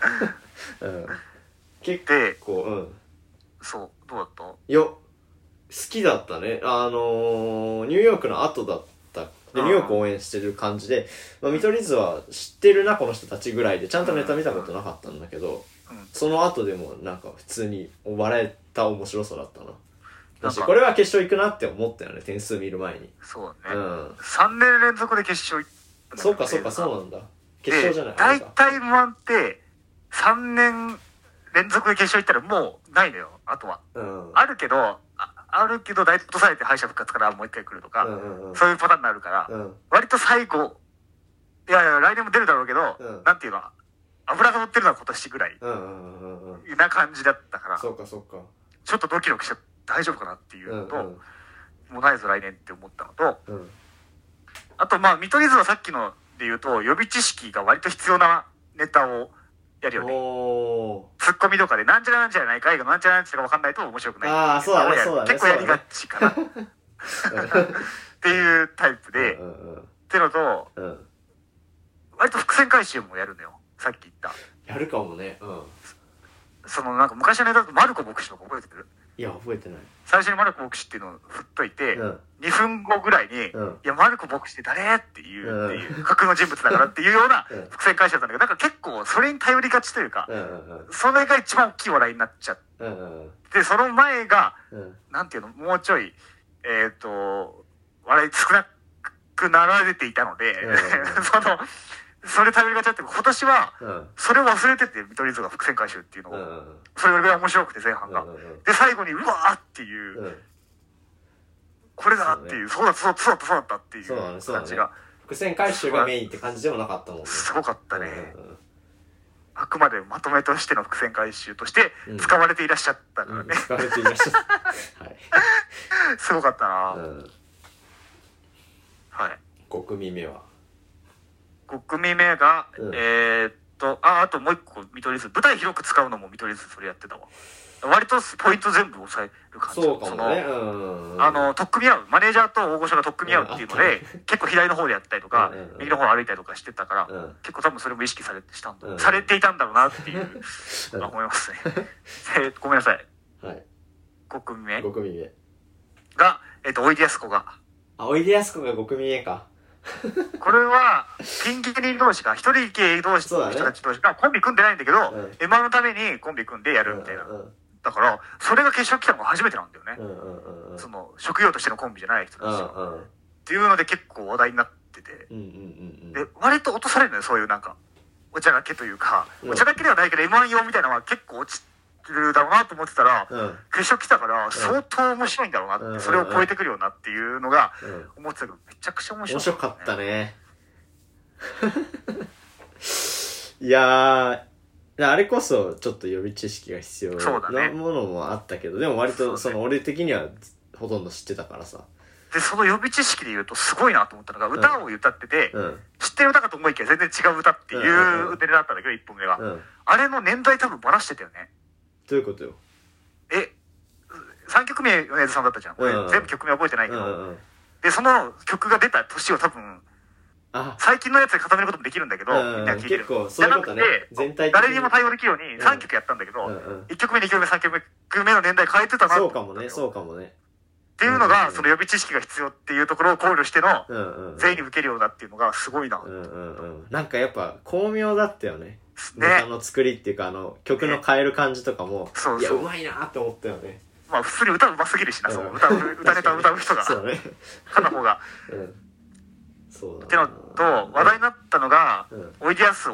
Speaker 3: ったな うん結
Speaker 4: で
Speaker 3: 構うん
Speaker 4: そうどうだっ
Speaker 3: よ好きだったねあのーニューヨークの後だったで、ニューヨークを応援してる感じで、まあ、見取り図は知ってるな、この人たちぐらいで、ちゃんとネタ見たことなかったんだけど、その後でもなんか普通に笑えた面白さだったな。だし、
Speaker 4: なんか
Speaker 3: これは決勝行くなって思ったよね、点数見る前に。
Speaker 4: そう
Speaker 3: う
Speaker 4: だね。
Speaker 3: ん。
Speaker 4: 3年連続で決勝行ったんだ
Speaker 3: そ
Speaker 4: よね
Speaker 3: うか、そうか、そうなんだ。決勝じゃない。あれ
Speaker 4: 大
Speaker 3: か
Speaker 4: 体 M1 って、3年連続で決勝行ったらもうないのよ、あとは。
Speaker 3: うん。
Speaker 4: あるけど、ああるけど、大体落とされて敗者復活からもう一回来るとか、
Speaker 3: うんうんうん
Speaker 4: そういうパターンになるから、
Speaker 3: うん。
Speaker 4: 割と最後、いやいや、来年も出るだろうけど、
Speaker 3: うん
Speaker 4: なんていうの、油が乗ってるのは今年ぐらい
Speaker 3: うんうんうんうんうん。
Speaker 4: な感じだったから、
Speaker 3: そうか、そうか。
Speaker 4: ちょっとドキドキして大丈夫かなっていう
Speaker 3: うん
Speaker 4: のと、
Speaker 3: うん
Speaker 4: もうないぞ来年って思ったのと、
Speaker 3: うん。
Speaker 4: あとまあ、見取り図はさっきので言うと、予備知識が割と必要なネタをやるよね。
Speaker 3: おー。
Speaker 4: ツッコミとかで、なんちゃらなんちゃらないかいが、なんちゃらなんちゃらか分かんないと面白くない。
Speaker 3: あーそうだね
Speaker 4: 俺
Speaker 3: そうだね
Speaker 4: 結構やりがちかな。っていうタイプで、
Speaker 3: う
Speaker 4: っ
Speaker 3: んうん
Speaker 4: てのと、
Speaker 3: うんうん。
Speaker 4: 割と伏線回収もやるのよ。さっき言った。
Speaker 3: やるかもね。うん。
Speaker 4: そのなんか昔のネタだとマルコ牧師とか覚えてる
Speaker 3: いや、覚えてない。
Speaker 4: 最初にマルコ牧師っていうのを振っといて、
Speaker 3: うん。
Speaker 4: 2分後ぐらいに、
Speaker 3: うん
Speaker 4: いや、マルコ牧師って誰っていう、
Speaker 3: うん
Speaker 4: っていう、架空の人物だからっていうような
Speaker 3: うん
Speaker 4: 伏線回収だったんだけど、なんか結構それに頼りがちというか、
Speaker 3: うんうん
Speaker 4: それが一番大きい笑いになっちゃっ
Speaker 3: うん。うんうん
Speaker 4: て、その前が、
Speaker 3: うん。
Speaker 4: なんていうの、もうちょい、えっ、と、笑い少なくなられていたので、
Speaker 3: うん
Speaker 4: その、それ頼りがちだって、今年は、
Speaker 3: うんうん
Speaker 4: それを忘れてて、見取り図が伏線回収っていうのを、
Speaker 3: うんうん
Speaker 4: それぐらい面白くて、前半が。
Speaker 3: うんうんうん
Speaker 4: で、最後に、うわーっていう、
Speaker 3: うん。
Speaker 4: これだっていう、そうだ、そうだ、そうだった、そうだったってい
Speaker 3: そうだね、
Speaker 4: う
Speaker 3: そうだ
Speaker 4: 感じ
Speaker 3: ね
Speaker 4: が、。
Speaker 3: 伏線回収がメインって感じでもなかったもんね。
Speaker 4: すごかったね。
Speaker 3: うんうんうん
Speaker 4: あくまでまとめとしての伏線回収として
Speaker 3: うん
Speaker 4: 使われていらっしゃったから
Speaker 3: うん
Speaker 4: ね。
Speaker 3: 疲れていらっしゃった。はい。
Speaker 4: すごかったな、
Speaker 3: う
Speaker 4: はい。
Speaker 3: ん。国民目は。
Speaker 4: 5組目が、
Speaker 3: うん
Speaker 4: えーっと、あ、あともう一個見取り図。舞台広く使うのも見取り図それやってたわ。割とポイント全部抑える感じ
Speaker 3: そうかもね。
Speaker 4: その
Speaker 3: うんうん。
Speaker 4: あ、の、取っ組み合う。マネージャーと大御所が取っ組み合うっていうの
Speaker 3: うんあ
Speaker 4: で、
Speaker 3: っ
Speaker 4: 結構左の方でやったりと
Speaker 3: う
Speaker 4: か、
Speaker 3: んうんうん
Speaker 4: 右の方歩いたりとかしてたから、
Speaker 3: うん
Speaker 4: 結構多分それも意識されてしたんだ、
Speaker 3: うん
Speaker 4: されていたんだろうなっていう、
Speaker 3: うん
Speaker 4: 思いますね。 えーごめんなさい。
Speaker 3: はい。
Speaker 4: 5組目
Speaker 3: 国民目。
Speaker 4: が、えーっと、おいでやすこが。
Speaker 3: あ、おいでやすこが国民目か。
Speaker 4: これは、ピン芸人同士が、一人芸同士
Speaker 3: そうだ
Speaker 4: の
Speaker 3: ね
Speaker 4: 人たち同士が、コンビ組んでないんだけど、
Speaker 3: うん
Speaker 4: M1 のためにコンビ組んでや
Speaker 3: う
Speaker 4: る
Speaker 3: ん
Speaker 4: みたいな。
Speaker 3: うん
Speaker 4: だから、それが決勝来たのが初めてなんだよ
Speaker 3: う
Speaker 4: ね。
Speaker 3: んうんうんうん。
Speaker 4: その、職業としてのコンビじゃない人たち
Speaker 3: うん
Speaker 4: が。っ
Speaker 3: うん。
Speaker 4: ていうので結構話題になってて。
Speaker 3: うんうんうんう
Speaker 4: で
Speaker 3: ん。、
Speaker 4: 割と落とされるのよ、そういうなんか、お茶だけというか、
Speaker 3: うん
Speaker 4: お茶だけではないけど、M1 用みたいなのは結構落ちてるだろうなと思ってたら、
Speaker 3: うん
Speaker 4: 決勝来たから、相当面白いんだろうなって、
Speaker 3: うん
Speaker 4: それを超えてくるよなっていうのが、
Speaker 3: うん。
Speaker 4: 思ってたけど、めちゃくちゃ面白
Speaker 3: 面
Speaker 4: い、
Speaker 3: 白かったね。 いやー、あれこそちょっと予備知識が必要
Speaker 4: そうだね
Speaker 3: なものもあったけど、でも割と
Speaker 4: そ
Speaker 3: そう
Speaker 4: だ
Speaker 3: の俺的にはほとんど知ってたからさ。
Speaker 4: で、その予備知識で言うとすごいなと思ったのが、
Speaker 3: ん
Speaker 4: 歌を歌ってて、
Speaker 3: うん。
Speaker 4: 知ってる歌かと思いきや全然違う歌ってい
Speaker 3: んうん
Speaker 4: う
Speaker 3: うん
Speaker 4: 歌だったんだけど、1本目が。
Speaker 3: うん。
Speaker 4: あれの年代多分バラしてたよね。
Speaker 3: どういうことよ。
Speaker 4: え、3曲目、米津さんだったじゃん。俺
Speaker 3: うんうん
Speaker 4: 全部曲名覚えてないけ
Speaker 3: うんう
Speaker 4: ど。
Speaker 3: んうん。
Speaker 4: で、その曲が出た年を多分、
Speaker 3: あ、
Speaker 4: 最近のやつで固めることもできるんだけど、
Speaker 3: うんうん
Speaker 4: みんなが聞いてる。
Speaker 3: 結構そういうことね
Speaker 4: じゃなくて
Speaker 3: 全体的に
Speaker 4: 誰にも対応できるように3曲やったんだけ
Speaker 3: うんう
Speaker 4: ど、
Speaker 3: ん。
Speaker 4: 1曲目、2曲目、3曲目、曲目の年代変えてたなって
Speaker 3: そ
Speaker 4: 思
Speaker 3: う
Speaker 4: っ
Speaker 3: か
Speaker 4: たんだ
Speaker 3: も
Speaker 4: よ
Speaker 3: ね、そうかもね。
Speaker 4: っていうの
Speaker 3: うんうんう
Speaker 4: が、
Speaker 3: ん
Speaker 4: その予備知識が必要っていうところを考慮しての、
Speaker 3: うんうんうん。
Speaker 4: 全員に受けるようだっていうのがすごいな。
Speaker 3: うんうんうん。なんかやっぱ巧妙だったよね。
Speaker 4: ね
Speaker 3: ネタの作りっていうか、あの、曲の変える感じとかも、
Speaker 4: そう
Speaker 3: いや、
Speaker 4: そう
Speaker 3: うまいなーって思ったよね。
Speaker 4: まあ普通に歌うますぎるしな、そうの
Speaker 3: ん
Speaker 4: 歌う、歌ネタを歌う人が、
Speaker 3: そうね。
Speaker 4: 片方が。
Speaker 3: うん。そうだな。
Speaker 4: ってのと、話題になったのが
Speaker 3: うん、
Speaker 4: おいでやす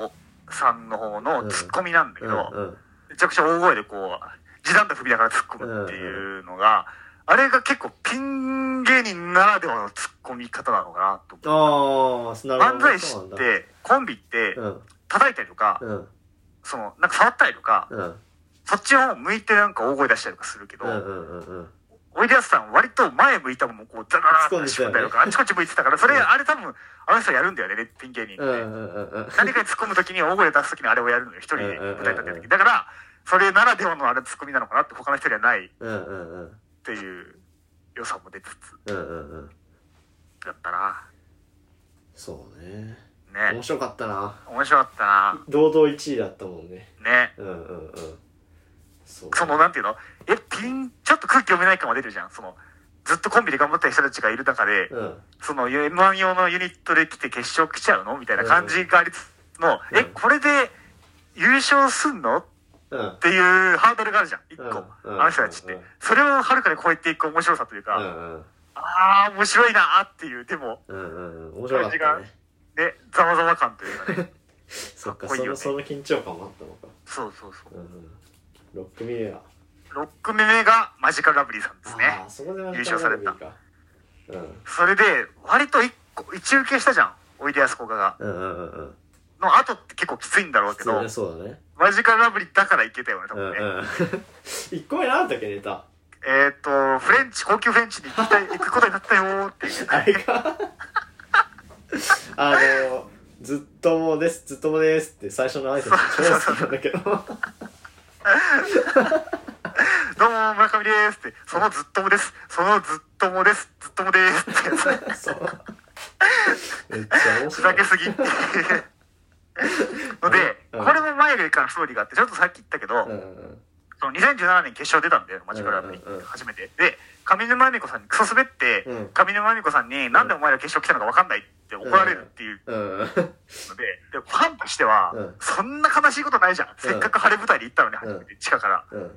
Speaker 4: さんの方のツッコミなんだけ
Speaker 3: う
Speaker 4: ど、
Speaker 3: ん
Speaker 4: めちゃくちゃ大声でこう、時短と踏みながら突っ込むっていうのが、あれが結構ピン芸人ならではの突っ込み方なのかなと
Speaker 3: うん。
Speaker 4: 思
Speaker 3: ああ、
Speaker 4: う。
Speaker 3: なるほ
Speaker 4: 漫
Speaker 3: ど。
Speaker 4: 才師
Speaker 3: そうなんだ
Speaker 4: って、コンビって
Speaker 3: うん。
Speaker 4: 叩いたりとか、
Speaker 3: うん。
Speaker 4: その、なんか触ったりとか、
Speaker 3: うん。
Speaker 4: そっちを向いてなんか大声出したりとかするけど
Speaker 3: う、んうんうんうん。
Speaker 4: おいでやすさん割と前向いたもんこうザラーッと仕込んだりとか、あっちこっち向いてたからそれあれ多分あの人やるんだよねレッピン芸人って、
Speaker 3: うんうんうんうん。
Speaker 4: 何かに突っ込む時に大声出す時にあれをやるのよ一人で舞台立ってる時、だからそれならではのあれツッコミなのかなって他の人にはないっ
Speaker 3: うんうんうん。
Speaker 4: ていう良さも出つ
Speaker 3: う
Speaker 4: つ
Speaker 3: んうんうん。
Speaker 4: だったな
Speaker 3: そうね。面
Speaker 4: ね
Speaker 3: 白かったな。
Speaker 4: 面白かったな
Speaker 3: 堂々1位だったもんね。
Speaker 4: ね
Speaker 3: うんうんうん。そう。
Speaker 4: そのなんていうのえピンちょっと空気読めない感は出るじゃんそのずっとコンビで頑張った人たちがいる中で、
Speaker 3: うん。
Speaker 4: その M1 用のユニットで来て決勝来ちゃうのみたいな感じがありつつも、
Speaker 3: うん
Speaker 4: え、これで優勝すんのっ
Speaker 3: うん。
Speaker 4: ていうハードルがあるじゃん、一個。
Speaker 3: うん
Speaker 4: あの人たちって
Speaker 3: うん。
Speaker 4: それをはるかに超えていく面白さというか、
Speaker 3: うん。
Speaker 4: ああ、面白いなーっていう、でも、
Speaker 3: うん。うん。面白かったね。
Speaker 4: ね、ざわざわ感というかね。
Speaker 3: そっか、
Speaker 4: かっこい
Speaker 3: そ
Speaker 4: いよ
Speaker 3: の、
Speaker 4: ね
Speaker 3: その緊張感もあったのか。
Speaker 4: そうそうそう
Speaker 3: う。んうん。ロックミレア。
Speaker 4: 6組目がマジカルラブリーさんですね
Speaker 3: ああ、。そこでまた
Speaker 4: 優勝された
Speaker 3: いいか。うん。
Speaker 4: それで、割と一個、一受けしたじゃん、おいでやすこがが。
Speaker 3: うんうんうんうん。
Speaker 4: の後って結構きついんだろうけ
Speaker 3: そう
Speaker 4: ど
Speaker 3: ね、、そうだね。
Speaker 4: マジカルラブリーだからいけたよね、多
Speaker 3: うん
Speaker 4: 分
Speaker 3: う
Speaker 4: ね。
Speaker 3: ん。 一個目なんだっけ、ネタ。
Speaker 4: えっ、と、フレンチ、高級フレンチに行きたい、行くことになったよーっていう。
Speaker 3: あれか。 あの、ずっともです、ずっともですって最初の挨拶超好きなんだけど。
Speaker 4: どうも、村上ですって、そのずっともです、そのずっともです、ずっともですってやつ、
Speaker 3: そう。めっちゃ面
Speaker 4: ふ
Speaker 3: 白
Speaker 4: ざ
Speaker 3: い
Speaker 4: け。すぎって いう。ので、
Speaker 3: うん
Speaker 4: これも前でからストーリーがあって、ちょっとさっき言ったけど、
Speaker 3: うんうん
Speaker 4: その2017年決勝出たんだよ、マジカルラブリ
Speaker 3: うんうんう
Speaker 4: ー。
Speaker 3: ん
Speaker 4: 初めて。で、上沼恵美子さんにクソ滑って、
Speaker 3: うん
Speaker 4: 上沼恵美子さんに、なんでお前ら決勝来たのか分かんないって怒られるっていう
Speaker 3: うん。うん。
Speaker 4: ので、で、ファンとしては、
Speaker 3: うん
Speaker 4: そんな悲しいことないじゃん。せっかく晴れ舞台で行ったのに、初めて、地下から。
Speaker 3: うん。
Speaker 4: っ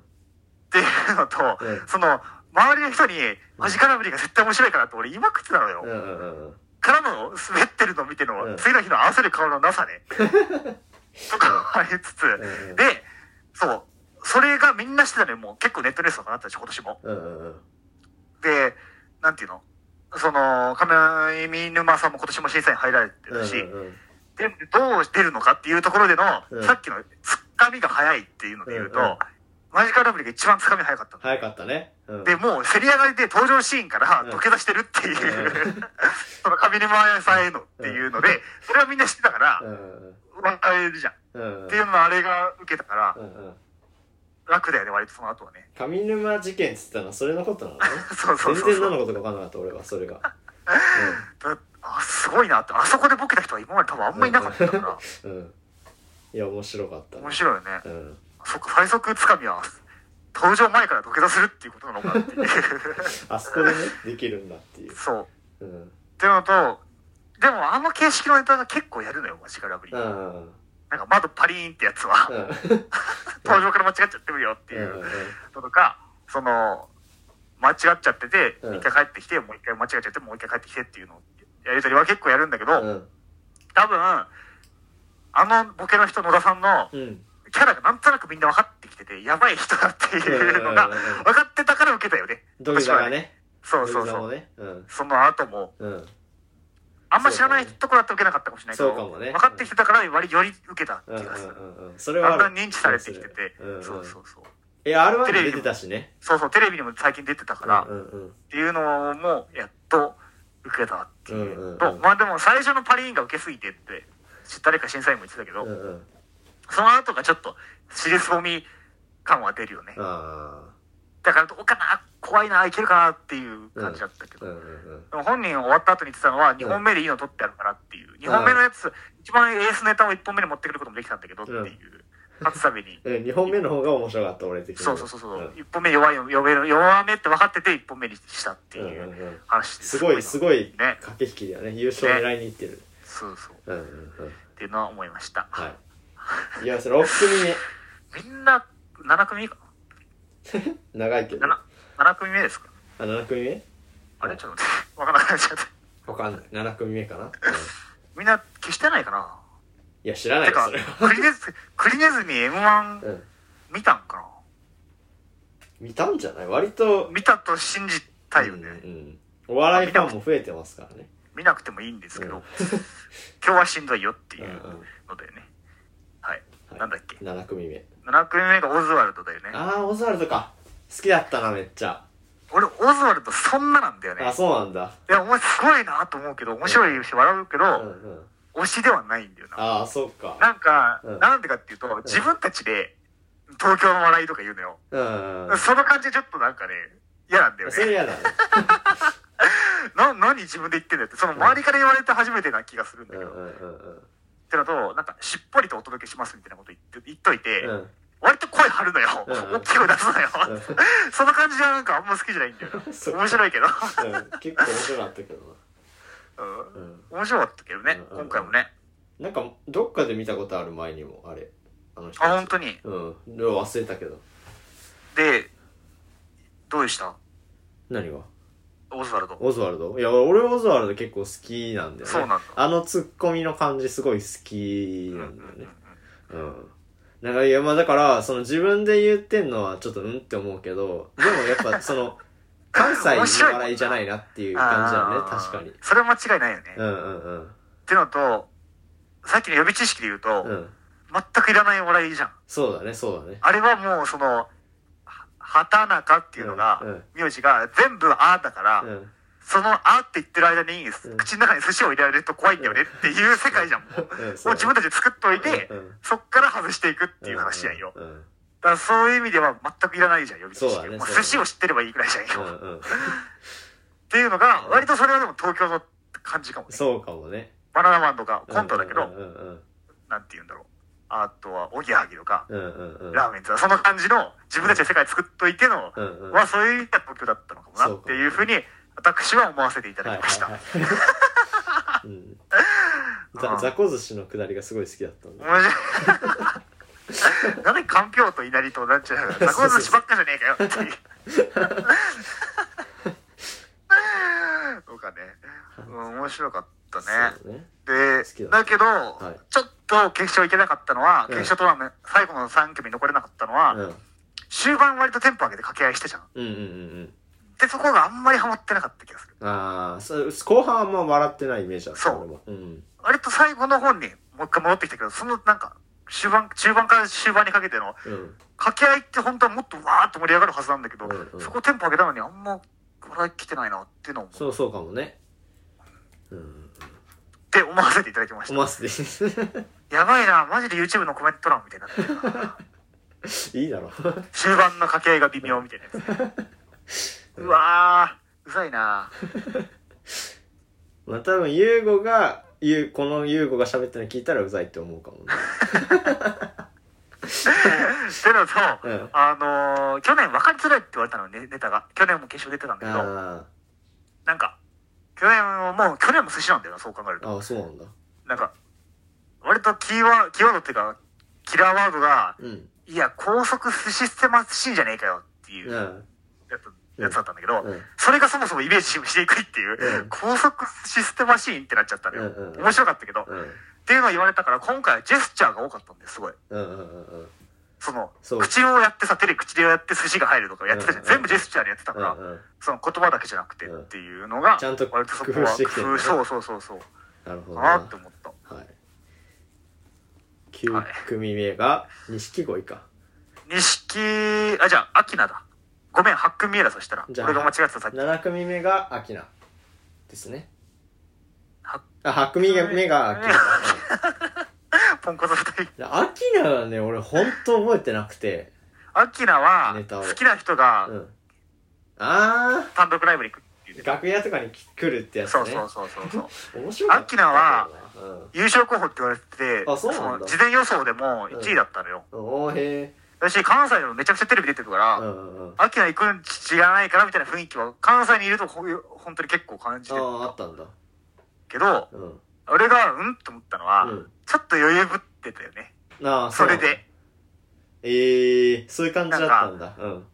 Speaker 4: ていうのと、
Speaker 3: うん
Speaker 4: その、周りの人に、マジカラブリーが絶対面白いからって俺言いまくってたのよ。
Speaker 3: うんうんうん。
Speaker 4: からの、滑ってるの見ての、
Speaker 3: うん
Speaker 4: 次の日の合わせる顔のな さね。とかありつつ、
Speaker 3: んうん
Speaker 4: で、そう、それがみんなしてたのよ、もう結構ネットニュースとかなったでしょ、今年も。
Speaker 3: うんうんうん。
Speaker 4: で、なんていうのその、上沼さんも今年も審査員入られてるし、
Speaker 3: うんうん
Speaker 4: でどう出るのかっていうところでの、
Speaker 3: うん
Speaker 4: さっきのつかみが早いっていうので言うと、
Speaker 3: うんうん
Speaker 4: マジカラブリーが一番つかみ早かったの。
Speaker 3: 早かったね。うん。
Speaker 4: で、もう、せり上がりで登場シーンから
Speaker 3: うん
Speaker 4: 抜け出してるっていう、
Speaker 3: う
Speaker 4: その上沼彩さんへのっていうので、それはみんな知ってたから
Speaker 3: う、ん
Speaker 4: わかれるじゃん。っ
Speaker 3: うんうん。
Speaker 4: ていうのあれが受けたから
Speaker 3: う、んうん。
Speaker 4: 楽だよね、割とその後 はね。
Speaker 3: 上沼事件っつったのはそれのことなのね。
Speaker 4: そうそうそう
Speaker 3: 全然
Speaker 4: そ
Speaker 3: 何
Speaker 4: う
Speaker 3: のことか分かんなかった、俺は、それが。
Speaker 4: だあ。すごいなって、あそこでボケた人は今まで多分あんまりいなかったから、
Speaker 3: うん。うん。いや、面白かったね。
Speaker 4: 面白いよね。
Speaker 3: うん。
Speaker 4: そっか、最速つかみは、登場前から土下座するっていうことなのかっ ていう。
Speaker 3: あそこでね、できるんだっていう。
Speaker 4: そう。
Speaker 3: う
Speaker 4: っ
Speaker 3: ん。
Speaker 4: ていうのと、でもあの形式のネタが結構やるのよ、マジカラブリー。
Speaker 3: うんうんうん。
Speaker 4: なんか窓パリーンってやつは、登場から間違っちゃってるよって
Speaker 3: う
Speaker 4: い
Speaker 3: ん
Speaker 4: うのとか、その、間違っちゃってて、
Speaker 3: うん
Speaker 4: 一回帰ってきて、もう一回間違っちゃって、もう一回帰ってきてっていうのをやりとりは結構やるんだけ
Speaker 3: う
Speaker 4: ど、
Speaker 3: ん。
Speaker 4: 多分、あのボケの人、野田さんの
Speaker 3: うん。
Speaker 4: キャラがなんとなくみんな分かってきてて、やばい人だっていうのが
Speaker 3: うんうんうんうん
Speaker 4: 分かってたから受けたよね。
Speaker 3: 土下座がね。
Speaker 4: そ
Speaker 3: 土
Speaker 4: う
Speaker 3: 下
Speaker 4: そう
Speaker 3: 座
Speaker 4: そ
Speaker 3: も
Speaker 4: う。
Speaker 3: ね。うん。
Speaker 4: その後も、
Speaker 3: うん。
Speaker 4: あんま知らないところだって受けなかったかもしれないけど、
Speaker 3: そうかもね
Speaker 4: 分かってきてたから、割りより受けた気
Speaker 3: うんうん
Speaker 4: がする。
Speaker 3: うんうん。それ
Speaker 4: だ
Speaker 3: は
Speaker 4: ん
Speaker 3: あ
Speaker 4: だ
Speaker 3: る
Speaker 4: ん認知されてきてて
Speaker 3: うんうん、
Speaker 4: そうそうそう。
Speaker 3: え、R1
Speaker 4: テレ
Speaker 3: に
Speaker 4: ビ
Speaker 3: 出てたしね。
Speaker 4: そうそう、テレビにも最近出てたか
Speaker 3: う
Speaker 4: ら、
Speaker 3: んうん
Speaker 4: っていうのもやっと受けたっていう
Speaker 3: うんうんうん
Speaker 4: と、まあでも最初のパリーンが受けすぎてって誰か審査員も言ってたけど、
Speaker 3: うん。うんうん。
Speaker 4: その後がちょっと尻すぼみ感は出るよね、
Speaker 3: あ
Speaker 4: だからどうかな怖いないけるかなっていう感じだったけ
Speaker 3: あ。うん
Speaker 4: ど、
Speaker 3: うんうん。
Speaker 4: でも本人終わった後に言ってたのは2本目でいいの取ってあるからっていう2本目のやつ、一番エースネタを1本目に持ってくることもできたんだけどっていう、
Speaker 3: うん。
Speaker 4: 勝つために
Speaker 3: え、2本目の方が面白かった、俺的に
Speaker 4: そ
Speaker 3: は。
Speaker 4: うそうそうそう、
Speaker 3: ん
Speaker 4: 1本目弱いよ弱める弱めって分かってて1本目にしたって
Speaker 3: うん
Speaker 4: いううん
Speaker 3: うん。
Speaker 4: 話です
Speaker 3: すごい、すごい
Speaker 4: ね
Speaker 3: 駆け引きだよね。優勝狙いにいってる。
Speaker 4: そうそう
Speaker 3: うんうんうん。
Speaker 4: っていうのは思いました。
Speaker 3: はい。いや、それ6組目。
Speaker 4: みんな、7組目か
Speaker 3: 長いけど。
Speaker 4: な ?7 組目ですか
Speaker 3: あ、7組目
Speaker 4: あれちょっと待って。わ からなくなっちゃった。
Speaker 3: わかんない。7組目かな。うん
Speaker 4: みんな消してないかない
Speaker 3: や、知らない
Speaker 4: て
Speaker 3: よ、
Speaker 4: か
Speaker 3: それは。
Speaker 4: クリネズ、クリネズミ
Speaker 3: う
Speaker 4: M1
Speaker 3: ん。
Speaker 4: 見たんか
Speaker 3: 見たんじゃない割
Speaker 4: な
Speaker 3: と。
Speaker 4: 見たと信じたいよね。
Speaker 3: うんうん。お笑いファンも増えてますからね。
Speaker 4: 見なくてもいいんですけ
Speaker 3: うん
Speaker 4: ど、 今日はしんどいよっていううん
Speaker 3: うん
Speaker 4: のだよね。はい。
Speaker 3: はい
Speaker 4: なんだっけ
Speaker 3: 7組目。
Speaker 4: 7組目がオズワルドだよね。
Speaker 3: あー、オズワルドか。好きだったな、めっちゃ。
Speaker 4: 俺、オズワルドそんななんだよね
Speaker 3: あ、。そうなんだ。
Speaker 4: いや、お前すごいなと思うけど、面白いし笑うけ
Speaker 3: うんう
Speaker 4: ど、
Speaker 3: ん。
Speaker 4: 推しではないんだよな。
Speaker 3: あー、そっか。
Speaker 4: なんか、
Speaker 3: うん
Speaker 4: なんでかっていうと、自分たちで、東京の笑いとか言うのよ。
Speaker 3: うんうんうん。
Speaker 4: その感じちょっとなんかね、嫌なんだよ
Speaker 3: それ
Speaker 4: ね。
Speaker 3: 嫌だね。
Speaker 4: な、何自分で言ってんだよって、その周りから言われて初めてな気がするんだ
Speaker 3: う
Speaker 4: け
Speaker 3: んう
Speaker 4: ど。
Speaker 3: んうんうん。
Speaker 4: ってのと、なんか、しっぽりとお届けしますみたいなこと言って、言っといて、
Speaker 3: うん
Speaker 4: 割と声張るのよ。
Speaker 3: うん
Speaker 4: 大きい声出すのよ。 その感じはなんかあんま好きじゃないんだよな。
Speaker 3: そっか
Speaker 4: 面白いけど。
Speaker 3: うん結構面白かったけど
Speaker 4: う
Speaker 3: な、うんん、
Speaker 4: 面白かったけどね、
Speaker 3: うん
Speaker 4: 今回もね。
Speaker 3: なんかどっかで見たことある前にもあれあの人
Speaker 4: あ、本当に。
Speaker 3: うんでも忘れたけど
Speaker 4: で、どうでした
Speaker 3: 何が
Speaker 4: オズワルド。
Speaker 3: オズワルドいや俺オズワルド結構好きなんだよね
Speaker 4: そうなんだ
Speaker 3: あのツッコミの感じすごい好きなんだよねうんなんかいやまあだからその自分で言ってんのはちょっとうんって思うけどでもやっぱそ の関西
Speaker 4: 面白い
Speaker 3: の笑いじゃないなっていう感じだよね
Speaker 4: あー
Speaker 3: 確かに
Speaker 4: それは間違いないよね。
Speaker 3: う
Speaker 4: っ
Speaker 3: んうんうん
Speaker 4: てのと、さっきの予備知識で言うと、
Speaker 3: うん
Speaker 4: 全くいらない笑いじゃん。
Speaker 3: そうだねそうだね
Speaker 4: あれはもうその、は畑中っていうのが
Speaker 3: うんうん、
Speaker 4: 名字が全部あーだから、
Speaker 3: うん
Speaker 4: そのあーって言ってる間に、
Speaker 3: ん
Speaker 4: 口の中に寿司を入れられると怖いんだよねっていう世界じゃん、もう。
Speaker 3: うん
Speaker 4: もう自分たちで作っといて、
Speaker 3: うん
Speaker 4: そっから外していくっていう話やんよ。
Speaker 3: うんうん
Speaker 4: だからそういう意味では全くいらないじゃん、より知識
Speaker 3: そうだね
Speaker 4: もう
Speaker 3: そうだ
Speaker 4: 寿
Speaker 3: ね
Speaker 4: 司を知ってればいいくらいじゃん
Speaker 3: う
Speaker 4: よ。
Speaker 3: ん
Speaker 4: っ
Speaker 3: うんうん
Speaker 4: ていうのが、割とそれはでも東京の感じかもね。
Speaker 3: そうかもね
Speaker 4: バナナマンとかコントだけど、
Speaker 3: うんうんうん
Speaker 4: なんて言うんだろう。あとは、おぎやはぎとか、
Speaker 3: うんうんうん
Speaker 4: ラーメンとか、その感じの自分たちで世界作っといての、
Speaker 3: うんうん
Speaker 4: はそういう意味では東京だったのかもな
Speaker 3: そう
Speaker 4: っ
Speaker 3: か
Speaker 4: ていうふうに、私は思わせていただきました。
Speaker 3: はいはいはい うん、ざ
Speaker 4: うん
Speaker 3: ざこ寿司のくだりがすごい好きだったんで
Speaker 4: 面白い。 なんでかんぴょうと稲荷となんちゃら、ザコ寿司ばっかじゃねえかよっていう。 そうかね。うん面白かったね。
Speaker 3: そうね
Speaker 4: で、
Speaker 3: 好きだ
Speaker 4: だけど、
Speaker 3: い
Speaker 4: ちょっと決勝行けなかったのは、
Speaker 3: うん
Speaker 4: 決勝トーナメント、最後の3組残れなかったのは、終盤割とテンポ上げて掛け合いしてじゃん。
Speaker 3: うん、うんうんうん
Speaker 4: で、そこがあんまりハマってなかった気がする。
Speaker 3: うんああ後半はあんま笑ってないイメージだった
Speaker 4: そう
Speaker 3: 俺もうん
Speaker 4: 割と最後の方にもう一回戻ってきたけど、そのなんか、終盤、中盤から終盤にかけての
Speaker 3: うん
Speaker 4: 掛け合いって本当はもっとわーっと盛り上がるはずなんだけど、
Speaker 3: うんうん
Speaker 4: そこテンポ上げたのにあんま笑いきてないなっていうのを思
Speaker 3: そうそうかもねうん
Speaker 4: って思わせていただきまし
Speaker 3: 思わせて
Speaker 4: た。やばいな、マジで YouTube のコメント欄みたいになってるな
Speaker 3: い いだろ
Speaker 4: 終盤の掛け合いが微妙みたいなやつね。うわー、うざいな
Speaker 3: まあ多分優吾がゆうこの優吾が喋ってるの聞いたらうざいって思うかもね
Speaker 4: ってのと、
Speaker 3: うん
Speaker 4: あのー去年分かりづらいって言われたのね、ネタが。去年も決勝出てたんだけど、
Speaker 3: あ
Speaker 4: なんか、去年も、もう去年も寿司なんだよな、そう考えると
Speaker 3: ー。あーそうなんだ
Speaker 4: なんか、割とキーワキーワードっていうか、キラーワードが、
Speaker 3: うん
Speaker 4: いや、高速システマシーじゃねえかよっていう
Speaker 3: う
Speaker 4: や
Speaker 3: ん
Speaker 4: つやつだったんだけど、
Speaker 3: うん
Speaker 4: それがそもそもイメージしていくいっていう、
Speaker 3: うん
Speaker 4: 高速システマシーンってなっちゃったのよ。
Speaker 3: うんうん
Speaker 4: 面白かったけど、
Speaker 3: うん
Speaker 4: っていうのを言われたから、今回はジェスチャーが多かったんです、すごい。
Speaker 3: うんうんうんうん
Speaker 4: その、
Speaker 3: そう
Speaker 4: 口をやってさ、手で口でやって寿司が入るとかやってたじゃん。
Speaker 3: うんうん
Speaker 4: 全部ジェスチャーでやってた
Speaker 3: う
Speaker 4: から、
Speaker 3: んうん
Speaker 4: その言葉だけじゃなくてっていうのが、
Speaker 3: うんちゃんと工
Speaker 4: 割
Speaker 3: 夫
Speaker 4: とそこは
Speaker 3: してきてる
Speaker 4: 工
Speaker 3: んだね
Speaker 4: 夫、そうそうそうそう、
Speaker 3: なるほど
Speaker 4: かな
Speaker 3: な
Speaker 4: って思った。
Speaker 3: はい。9組目が錦鯉か。
Speaker 4: 錦、あ、じゃあ、アキナだ。ごめん、八組目だ、そしたら。
Speaker 3: じゃあ
Speaker 4: 俺が間違ってた、さっき。
Speaker 3: 7組目がアキナですね。
Speaker 4: は
Speaker 3: あ、8組目がアキナ。
Speaker 4: ポンコツ二人。
Speaker 3: うん アキナはね、俺ほんと覚えてなくて。
Speaker 4: アキナは
Speaker 3: ネタを
Speaker 4: 好きな人
Speaker 3: う
Speaker 4: が
Speaker 3: ん。あ
Speaker 4: 単独ライブに来るっていう
Speaker 3: ー、
Speaker 4: ね。
Speaker 3: 楽屋とかに来るってやつ
Speaker 4: そう
Speaker 3: ね。
Speaker 4: そうそうそうそう。
Speaker 3: 面白かったな
Speaker 4: アキナは、
Speaker 3: うん
Speaker 4: 優勝候補って言われてて、
Speaker 3: あそうなんだ
Speaker 4: の事前予想でも1位だったのよ。
Speaker 3: おーへ
Speaker 4: 私、関西のめちゃくちゃテレビ出てるか
Speaker 3: ー。う
Speaker 4: ら、
Speaker 3: んうんうん。あ
Speaker 4: アキナ行くん違わないかなみたいな雰囲気は、関西にいるとこういう本当に結構感じ
Speaker 3: あ
Speaker 4: てる
Speaker 3: ー、あったんだ。
Speaker 4: けど、
Speaker 3: うん。
Speaker 4: 俺がうんと思ったのは、
Speaker 3: うん
Speaker 4: ちょっと余裕ぶってたよね。
Speaker 3: ああ、
Speaker 4: そう
Speaker 3: な
Speaker 4: れ
Speaker 3: んだ
Speaker 4: で。。
Speaker 3: えー、そういう感じだったんだ。うん。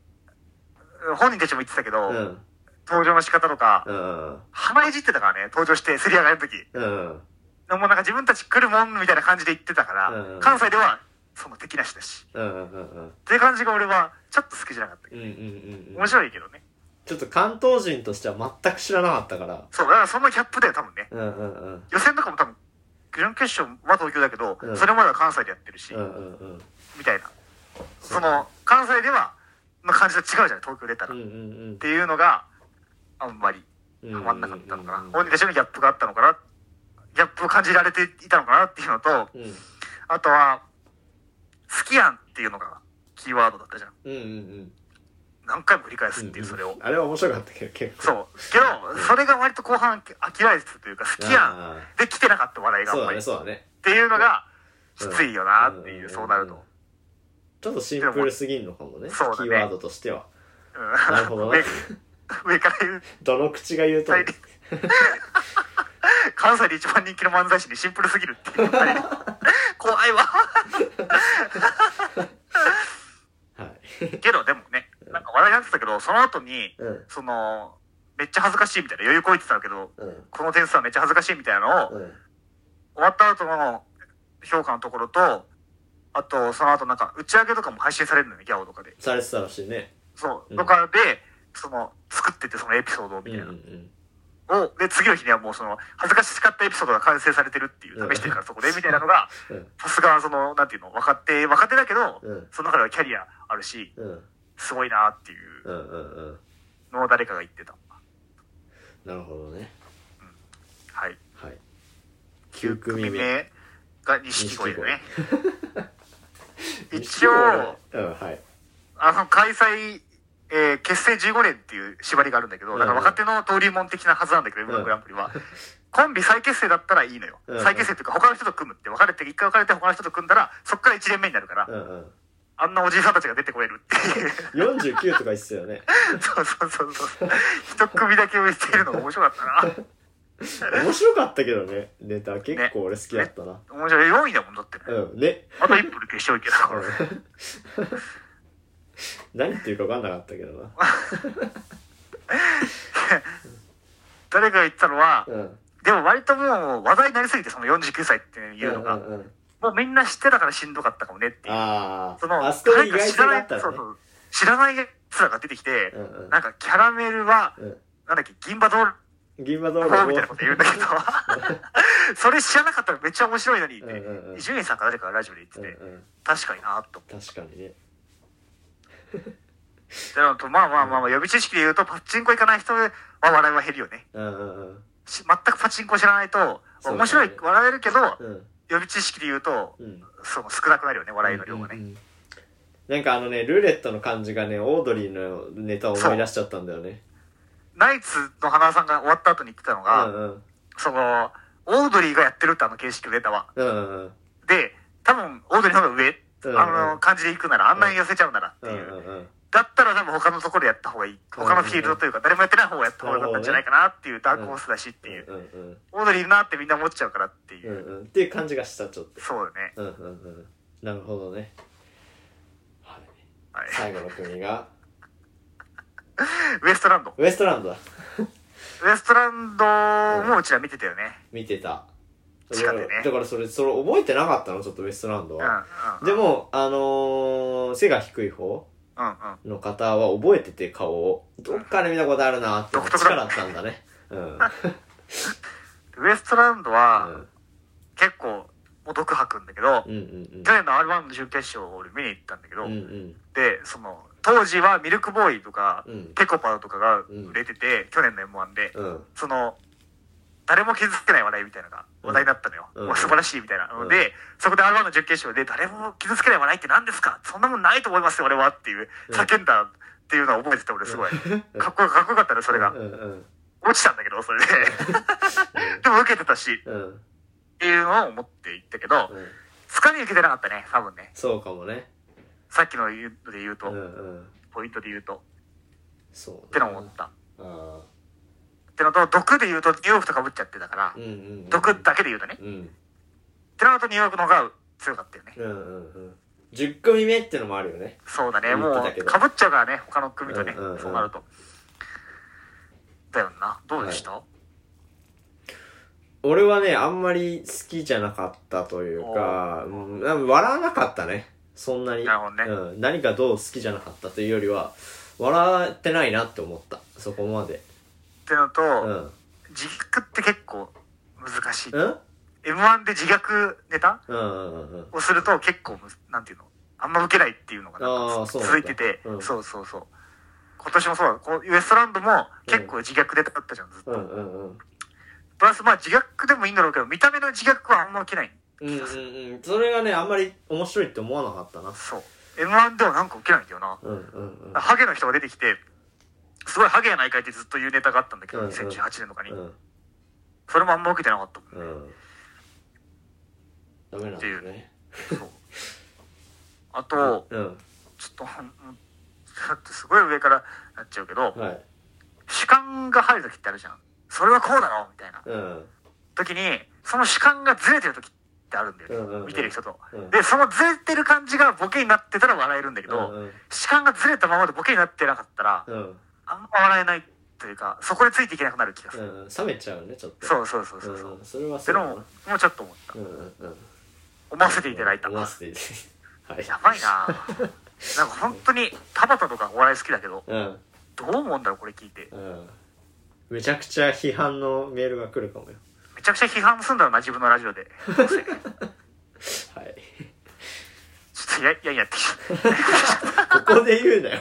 Speaker 4: 本人たちも言ってたけど、
Speaker 3: うん。
Speaker 4: 登場の仕方とか、
Speaker 3: うん。
Speaker 4: 鼻いじってたからね、登場して、競り上がるとき。
Speaker 3: うん。
Speaker 4: でもうなんか自分たち来るもんみたいな感じで言ってたから、
Speaker 3: うんうん
Speaker 4: 関西ではその敵なしだし。
Speaker 3: うんうんうんうん。
Speaker 4: っていう感じが俺はちょっと好きじゃなかったけ
Speaker 3: うんうんうんうん
Speaker 4: ど。面白いけどね。
Speaker 3: ちょっと関東人としては全く知らなかったから。
Speaker 4: そう、だからそのキャップだよ、多分ね。
Speaker 3: うんうんうん。
Speaker 4: 予選とかも多分、準決勝は東京だけど、
Speaker 3: うん
Speaker 4: それまでは関西でやってるし、
Speaker 3: うんうんうん。
Speaker 4: みたいな。
Speaker 3: そう
Speaker 4: その、関西では、の感じと違うじゃない、東京出たら。
Speaker 3: うん
Speaker 4: っ
Speaker 3: うん
Speaker 4: ていうのが、あんまり
Speaker 3: うん。
Speaker 4: ハマんなかったのかな。
Speaker 3: う
Speaker 4: 本人たちのギャップがあったのかな。ギャップを感じられていたのかなっていうのと、
Speaker 3: んうん
Speaker 4: あとは、好きやんっていうのがキーワードだったじゃん。
Speaker 3: うんうん
Speaker 4: 何回も繰り返す
Speaker 3: う
Speaker 4: っ
Speaker 3: ん。
Speaker 4: ていう、それを。
Speaker 3: あれは面白かったけど、結構。
Speaker 4: そう。けど、それが割と後半飽きられてたというか、好きや
Speaker 3: あ
Speaker 4: ん。で、来てなかった笑い
Speaker 3: ー
Speaker 4: があ
Speaker 3: そ
Speaker 4: ん
Speaker 3: うだ
Speaker 4: まり。
Speaker 3: ね、
Speaker 4: っ
Speaker 3: そうだね。
Speaker 4: ていうのが、
Speaker 3: うん
Speaker 4: きついよなっていう、そうなる
Speaker 3: んん
Speaker 4: と
Speaker 3: ん。ちょっとシンプルすぎんのかもね。
Speaker 4: そうだね
Speaker 3: キーワードとしては。
Speaker 4: うん
Speaker 3: なるほ どね。
Speaker 4: 上から言う
Speaker 3: どの口が言うと。
Speaker 4: 最低関西で一番人気の漫才師にシンプルすぎるっていう二人で 怖いわ
Speaker 3: はい。
Speaker 4: けどでもねなんか話題になってたけどその後に
Speaker 3: うん。
Speaker 4: そのめっちゃ恥ずかしいみたいな余裕こいてたけど
Speaker 3: うん。
Speaker 4: この点数はめっちゃ恥ずかしいみたいなのを
Speaker 3: うん。
Speaker 4: 終わった後の評価のところとあとその後なんか打ち上げとかも配信されるのよギャオとかで
Speaker 3: されてたらしいね。
Speaker 4: そう、
Speaker 3: うん
Speaker 4: とかでその作っててそのエピソードを
Speaker 3: う
Speaker 4: み
Speaker 3: ん
Speaker 4: た
Speaker 3: う
Speaker 4: い
Speaker 3: んう
Speaker 4: な、
Speaker 3: ん。
Speaker 4: をで次の日にはもうその恥ずかしかったエピソードが完成されてるっていう
Speaker 3: うん
Speaker 4: 試してるからそこでみたいなのが
Speaker 3: うん
Speaker 4: さすがそのなんていうの若手若手だけど、
Speaker 3: うん
Speaker 4: その中ではキャリアあるし
Speaker 3: うん。
Speaker 4: すごいなっていう
Speaker 3: うんうんうん。
Speaker 4: のを誰かが言ってた
Speaker 3: なるほどね。
Speaker 4: はい
Speaker 3: はい。9組
Speaker 4: 組
Speaker 3: 目。
Speaker 4: 目が錦鯉だね一
Speaker 3: 錦鯉
Speaker 4: 応
Speaker 3: ねうん、はい。
Speaker 4: あの開催、えー結成15年っていう縛りがあるんだけど、だから若手の登竜門的なはずなんだけど、今のグランプリは。コンビ再結成だったらいいのよ。
Speaker 3: うん
Speaker 4: 再結成っていうか、他の人と組むって、別れて、一回別れて他の人と組んだら、そっから1年目になるから
Speaker 3: う、んうん。
Speaker 4: あんなおじいさんたちが出てこれるっていう。
Speaker 3: 49とか言ってたよね。
Speaker 4: そうそうそうそう。一組だけ浮いてるのが面白かったな。
Speaker 3: 面白かったけどね。ネタ結構俺好きだったな。
Speaker 4: 面白い。4位だもんだってね。
Speaker 3: うん。ね。
Speaker 4: あと一歩で決勝行けたから。
Speaker 3: 何言っていうか分かんなかったけどな。
Speaker 4: 誰かが言ってたのは、
Speaker 3: うん。
Speaker 4: でも割ともう話題になりすぎて、その49歳っていうのが、
Speaker 3: うんうんうん
Speaker 4: もうみんな知ってたからしんどかったかもねっていう。
Speaker 3: あ
Speaker 4: その、
Speaker 3: あ。あそこに意外
Speaker 4: 知
Speaker 3: 性
Speaker 4: ら
Speaker 3: が
Speaker 4: な
Speaker 3: あ
Speaker 4: い
Speaker 3: った、
Speaker 4: そ
Speaker 3: ら
Speaker 4: う
Speaker 3: ね
Speaker 4: そ。う。知らないやつらが出てきて、
Speaker 3: うんうん
Speaker 4: なんかキャラメルは、
Speaker 3: うん
Speaker 4: なんだっけ、銀馬ドール
Speaker 3: 銀馬道路
Speaker 4: みたい
Speaker 3: を
Speaker 4: なこと言うんだけど、 それ知らなかったらめっちゃ面白いのにって
Speaker 3: うんうんうん、
Speaker 4: 伊集院さんか誰かがラジオで言って
Speaker 3: うんう
Speaker 4: て、
Speaker 3: ん。
Speaker 4: 確かになと思
Speaker 3: 確かにね。
Speaker 4: って。なのと、まあまあまあまあ、予備知識で言うと、パチンコ行かない人は笑いは減るよね。
Speaker 3: うんうんうん。
Speaker 4: し全くパチンコ知らないと、
Speaker 3: そうだね
Speaker 4: 面白い、笑えるけど、
Speaker 3: うん。
Speaker 4: 予備知識で言うと、
Speaker 3: うん。
Speaker 4: その少なくなるよね、笑いの量が
Speaker 3: う
Speaker 4: ね。
Speaker 3: んなんかあのね、ルーレットの感じがね、オードリーのネタを思い出しちゃったんだよね。
Speaker 4: ナイツの花輪さんが終わった後に言ってたの
Speaker 3: う
Speaker 4: が、
Speaker 3: んうん。
Speaker 4: その、オードリーがやってるってあの形式のネタは。
Speaker 3: うんうんうん。
Speaker 4: で、多分、オードリーの方が上、
Speaker 3: うん
Speaker 4: あの、感じで行くなら、あんなに寄せちゃうならって
Speaker 3: うん
Speaker 4: い
Speaker 3: う
Speaker 4: う。
Speaker 3: んうん。
Speaker 4: だったら多分他のところでやった方がいい。他のフィールドというか、誰もやってない方がやった方が良かったんじゃないかなっていうダークホースだしっていう。
Speaker 3: うんうん
Speaker 4: オードリーいるなってみんな思っちゃうからっていうう。
Speaker 3: んうん。っていう感じがした、ちょっと。
Speaker 4: そうだね。
Speaker 3: うんうんうん。なるほどね。はい。
Speaker 4: はい。
Speaker 3: 最後の組が、
Speaker 4: ウエストランド。
Speaker 3: ウエストランドだ。
Speaker 4: ウエストランドもうちら見てたよね。
Speaker 3: 見てた。
Speaker 4: 地下でね
Speaker 3: だからそれ、それ覚えてなかったの、ちょっとウエストランド
Speaker 4: うん。
Speaker 3: は。
Speaker 4: うん。
Speaker 3: でも、あのー背が低い方
Speaker 4: うんうん。
Speaker 3: の方は覚えてて顔を、どっかで見たことあるなって、
Speaker 4: 独特だ
Speaker 3: 力だったんだね。うん。
Speaker 4: ウエストランド
Speaker 3: う
Speaker 4: は
Speaker 3: ん
Speaker 4: 結構、お毒吐くんだけど
Speaker 3: う、ん
Speaker 4: 去年の R1 の準決勝を俺見に行ったんだけど
Speaker 3: うんうん。う、ん
Speaker 4: で、その、当時はミルクボーイとか
Speaker 3: う、ん。
Speaker 4: ペコパとかが売れてて、去年の M1 で、
Speaker 3: うん。うん。
Speaker 4: その、誰も傷つけない笑いみたいなのが
Speaker 3: うん
Speaker 4: 話題になったのよ。
Speaker 3: うん
Speaker 4: うわ素晴らしいみたいな。
Speaker 3: うん
Speaker 4: で、そこで R1 の準決勝で、誰も傷つけない笑いって何ですかそんなもんないと思いますよ、俺はっていう、
Speaker 3: うん
Speaker 4: 叫んだっていうのを覚えてて、俺すごい。 かっこよかっこよかったね、それが
Speaker 3: う。んうん。
Speaker 4: 落ちたんだけど、それ で。でも受けてたし、っ
Speaker 3: うん。うん。
Speaker 4: ていうのを思っていったけど、掴み受けてなかったね、多分ね。
Speaker 3: そうかもね。
Speaker 4: さっきの言うので言う
Speaker 3: う
Speaker 4: と、
Speaker 3: んうん。
Speaker 4: ポイントで言うと、
Speaker 3: そうね。
Speaker 4: ってのを思った。
Speaker 3: あ
Speaker 4: ってのと、毒で言うとニューヨークとかぶっちゃってたから
Speaker 3: ー。う、んうんうん。
Speaker 4: 毒だけで言うとね。
Speaker 3: うん。
Speaker 4: ってのとニューヨークの方が強かったよね。
Speaker 3: うんうんうん。10組目ってのもあるよね。
Speaker 4: そうだね、
Speaker 3: 言
Speaker 4: も
Speaker 3: って
Speaker 4: う、
Speaker 3: たけど
Speaker 4: かぶっちゃうからね、他の組とね、
Speaker 3: うんうんうん
Speaker 4: そうなると。だよな、どうでした、
Speaker 3: 俺はね、あんまり好きじゃなかったというか、うん、なんか笑わなかったね。そんなに。
Speaker 4: なるほどね
Speaker 3: うん。何かどう好きじゃなかったというよりは、笑ってないなって思った。そこまで。
Speaker 4: ってのと、
Speaker 3: うん。
Speaker 4: 自虐って結構難しい。
Speaker 3: うん？
Speaker 4: M1 で自虐ネタ
Speaker 3: うんうんうん
Speaker 4: をすると結構む、なんていうの、あんま受けないっていうのが
Speaker 3: あ
Speaker 4: な
Speaker 3: ー
Speaker 4: んか
Speaker 3: そうなんだ
Speaker 4: 続いてて、
Speaker 3: うん
Speaker 4: そうそうそう。今年もそうだ、こうウエストランドも結構自虐ネタだったじゃん、ずっと。
Speaker 3: うん。うんうんうん。
Speaker 4: プラスまあ自虐でもいいんだろうけど、見た目の自虐はあんま受けない。
Speaker 3: うんうんうん。それがね、あんまり面白いって思わなかったな。
Speaker 4: そう。M1 ではなんか受けないんだよな。
Speaker 3: うんうん
Speaker 4: ハゲの人が出てきて、すごいハゲやないかいってずっと言うネタがあったんだけど、
Speaker 3: うんうん
Speaker 4: 2018年とかに、
Speaker 3: うん。
Speaker 4: それもあんま受けてなかったもん
Speaker 3: う、ん。うん。ダメなんだね。
Speaker 4: そう。あと、
Speaker 3: うん。
Speaker 4: ちょっと、うんだってすごい上からなっちゃうけど、
Speaker 3: はい。
Speaker 4: 主観が入る時ってあるじゃん。それはこうだろみたいな。
Speaker 3: うん。
Speaker 4: 時に、その主観がずれてる時ってあるんだよね。
Speaker 3: うんうんうん
Speaker 4: 見てる人と、
Speaker 3: うん
Speaker 4: で、そのずれてる感じがボケになってたら笑えるんだけど、
Speaker 3: うんうん
Speaker 4: 主観がずれたままでボケになってなかったら、
Speaker 3: うん。
Speaker 4: あんま笑えないというか、そこでついていけなくなる気がす
Speaker 3: う
Speaker 4: る。
Speaker 3: ん。冷めちゃうね、ちょっと。
Speaker 4: そうそうそうそう。
Speaker 3: うん。それはそ
Speaker 4: で
Speaker 3: うだ
Speaker 4: も、
Speaker 3: な
Speaker 4: もうちょっと思った。
Speaker 3: うんうんうん。
Speaker 4: 思わせていただいた。
Speaker 3: 思わ
Speaker 4: や
Speaker 3: せていただいた。
Speaker 4: ばいななんか本当に、田畑とかお笑い好きだけど、
Speaker 3: はい。
Speaker 4: どう思うんだろう、これ聞いて。
Speaker 3: うん。うん。めちゃくちゃ批判のメールが来るかもよ。
Speaker 4: めちゃくちゃ批判すんだろうな、自分のラジオで。どうせちょっ
Speaker 3: はい。
Speaker 4: と嫌嫌になってきた。
Speaker 3: ここで言う なよ。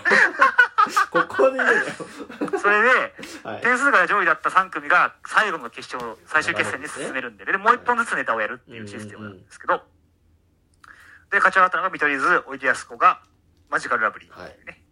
Speaker 3: ここで言うなよ。
Speaker 4: それで、
Speaker 3: はい。
Speaker 4: 点数が上位だった3組が最後の決勝、最終決戦に進めるんで、で、もう1本ずつネタをやるっていうシステムなんですけど、で、勝ち上がったのが見取り図、おいでやすこが、マジカルラブリーっていうね、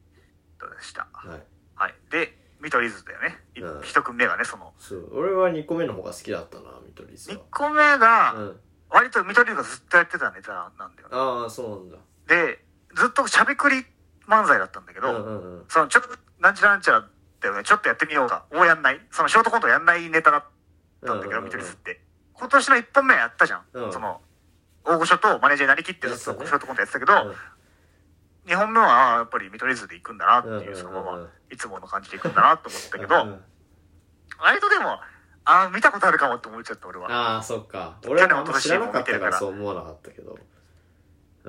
Speaker 4: どうでした。
Speaker 3: はい。
Speaker 4: はい。で、見取り図だよね。い
Speaker 3: うん
Speaker 4: 一組目がね、その。
Speaker 3: そう。俺は2個目の方が好きだったな、見取り図
Speaker 4: 2
Speaker 3: は。
Speaker 4: 個目が、
Speaker 3: うん。
Speaker 4: 割と見取り図がずっとやってたネタなんだよね。
Speaker 3: ああ、そうなんだ。
Speaker 4: で、ずっとしゃべくり漫才だったんだけ
Speaker 3: うんう
Speaker 4: ど、
Speaker 3: んうん。
Speaker 4: その、ちょっと、なんちゃらなんちゃらだよね、ちょっとやってみようが、をやんない、そのショートコントをやんないネタだったったんだけど、見取り図って。今年の一本目はやったじゃん。
Speaker 3: うん
Speaker 4: その、大御所とマネージャーになりきってずっとシ
Speaker 3: やってたね
Speaker 4: ョートコントやってたけど、二本目はああやっぱり見取り図で行くんだなって
Speaker 3: うんうん
Speaker 4: い
Speaker 3: うん
Speaker 4: う、そのまま、いつもの感じで行くんだなと思ったけど、割とでも、ああ、見たことあるかもって思っちゃった俺は。
Speaker 3: ああ、そっか。俺はあんま知らなかったからそう思わなかったけど。うん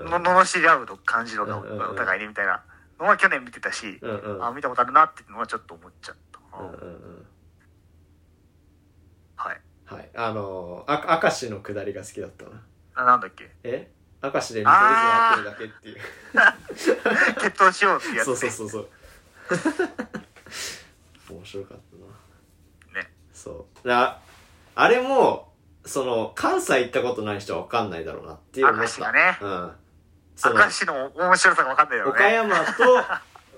Speaker 4: の、ののしり合う感じのが
Speaker 3: うんうんうん
Speaker 4: お互いにみたいなのは去年見てたし、
Speaker 3: うんうん。
Speaker 4: ああ、見たことあるなっていうのはちょっと思っちゃったか
Speaker 3: う
Speaker 4: なん
Speaker 3: うんうん。
Speaker 4: はい。
Speaker 3: はい。あのー、あ、明石の下りが好きだったな。
Speaker 4: あなんだっけ
Speaker 3: え明石で見取り図が合ってるだけっていう。
Speaker 4: 決闘しようっていうやつ、
Speaker 3: そう
Speaker 4: ね。
Speaker 3: そうそうそう 面白かったな
Speaker 4: ね
Speaker 3: そうだあれもその関西行ったことない人は分かんないだろうなっていう思っ
Speaker 4: 明石
Speaker 3: た
Speaker 4: がね
Speaker 3: うんその
Speaker 4: 明石の面白さが分かんないよね。
Speaker 3: 岡山と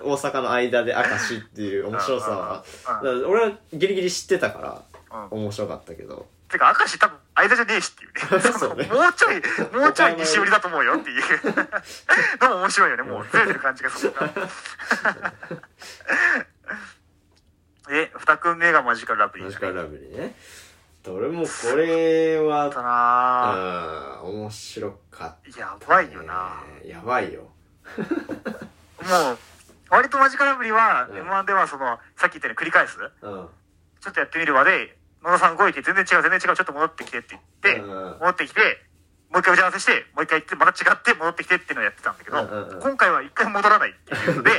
Speaker 3: 大阪の間で明石っていう面白さはだ
Speaker 4: うん。
Speaker 3: か
Speaker 4: うん
Speaker 3: ら俺はギリギリ知ってたから
Speaker 4: うん
Speaker 3: 面白かったけど
Speaker 4: てか、明石多分、間じゃねえしっていうね。そ
Speaker 3: そう
Speaker 4: の
Speaker 3: ね
Speaker 4: もうちょい、もうちょい西寄りだと思うよっていう。 のも面白いよね。もう、ずれてる感じがするから。 え、二組目がマジカルラブリー
Speaker 3: マ
Speaker 4: じ
Speaker 3: ジ
Speaker 4: ゃな
Speaker 3: カ
Speaker 4: い
Speaker 3: ルラブリーね俺もこれは
Speaker 4: だな
Speaker 3: うん面白かっ
Speaker 4: ぁやば
Speaker 3: た
Speaker 4: いよな
Speaker 3: ねやばいよ
Speaker 4: もう、割とマジカルラブリーは、
Speaker 3: うん
Speaker 4: M1 ではその、さっき言ったように繰り返す。
Speaker 3: うん
Speaker 4: ちょっとやってみるわで、野田さん動いて、全然違う、全然違う、ちょっと戻ってきてって言って、
Speaker 3: うん
Speaker 4: 戻ってきて、もう一回打ち合わせして、もう一回行って、また違って戻ってきてっていうのをやってたんだけど、
Speaker 3: うんうんうん
Speaker 4: 今回は一回戻らないっていう ので、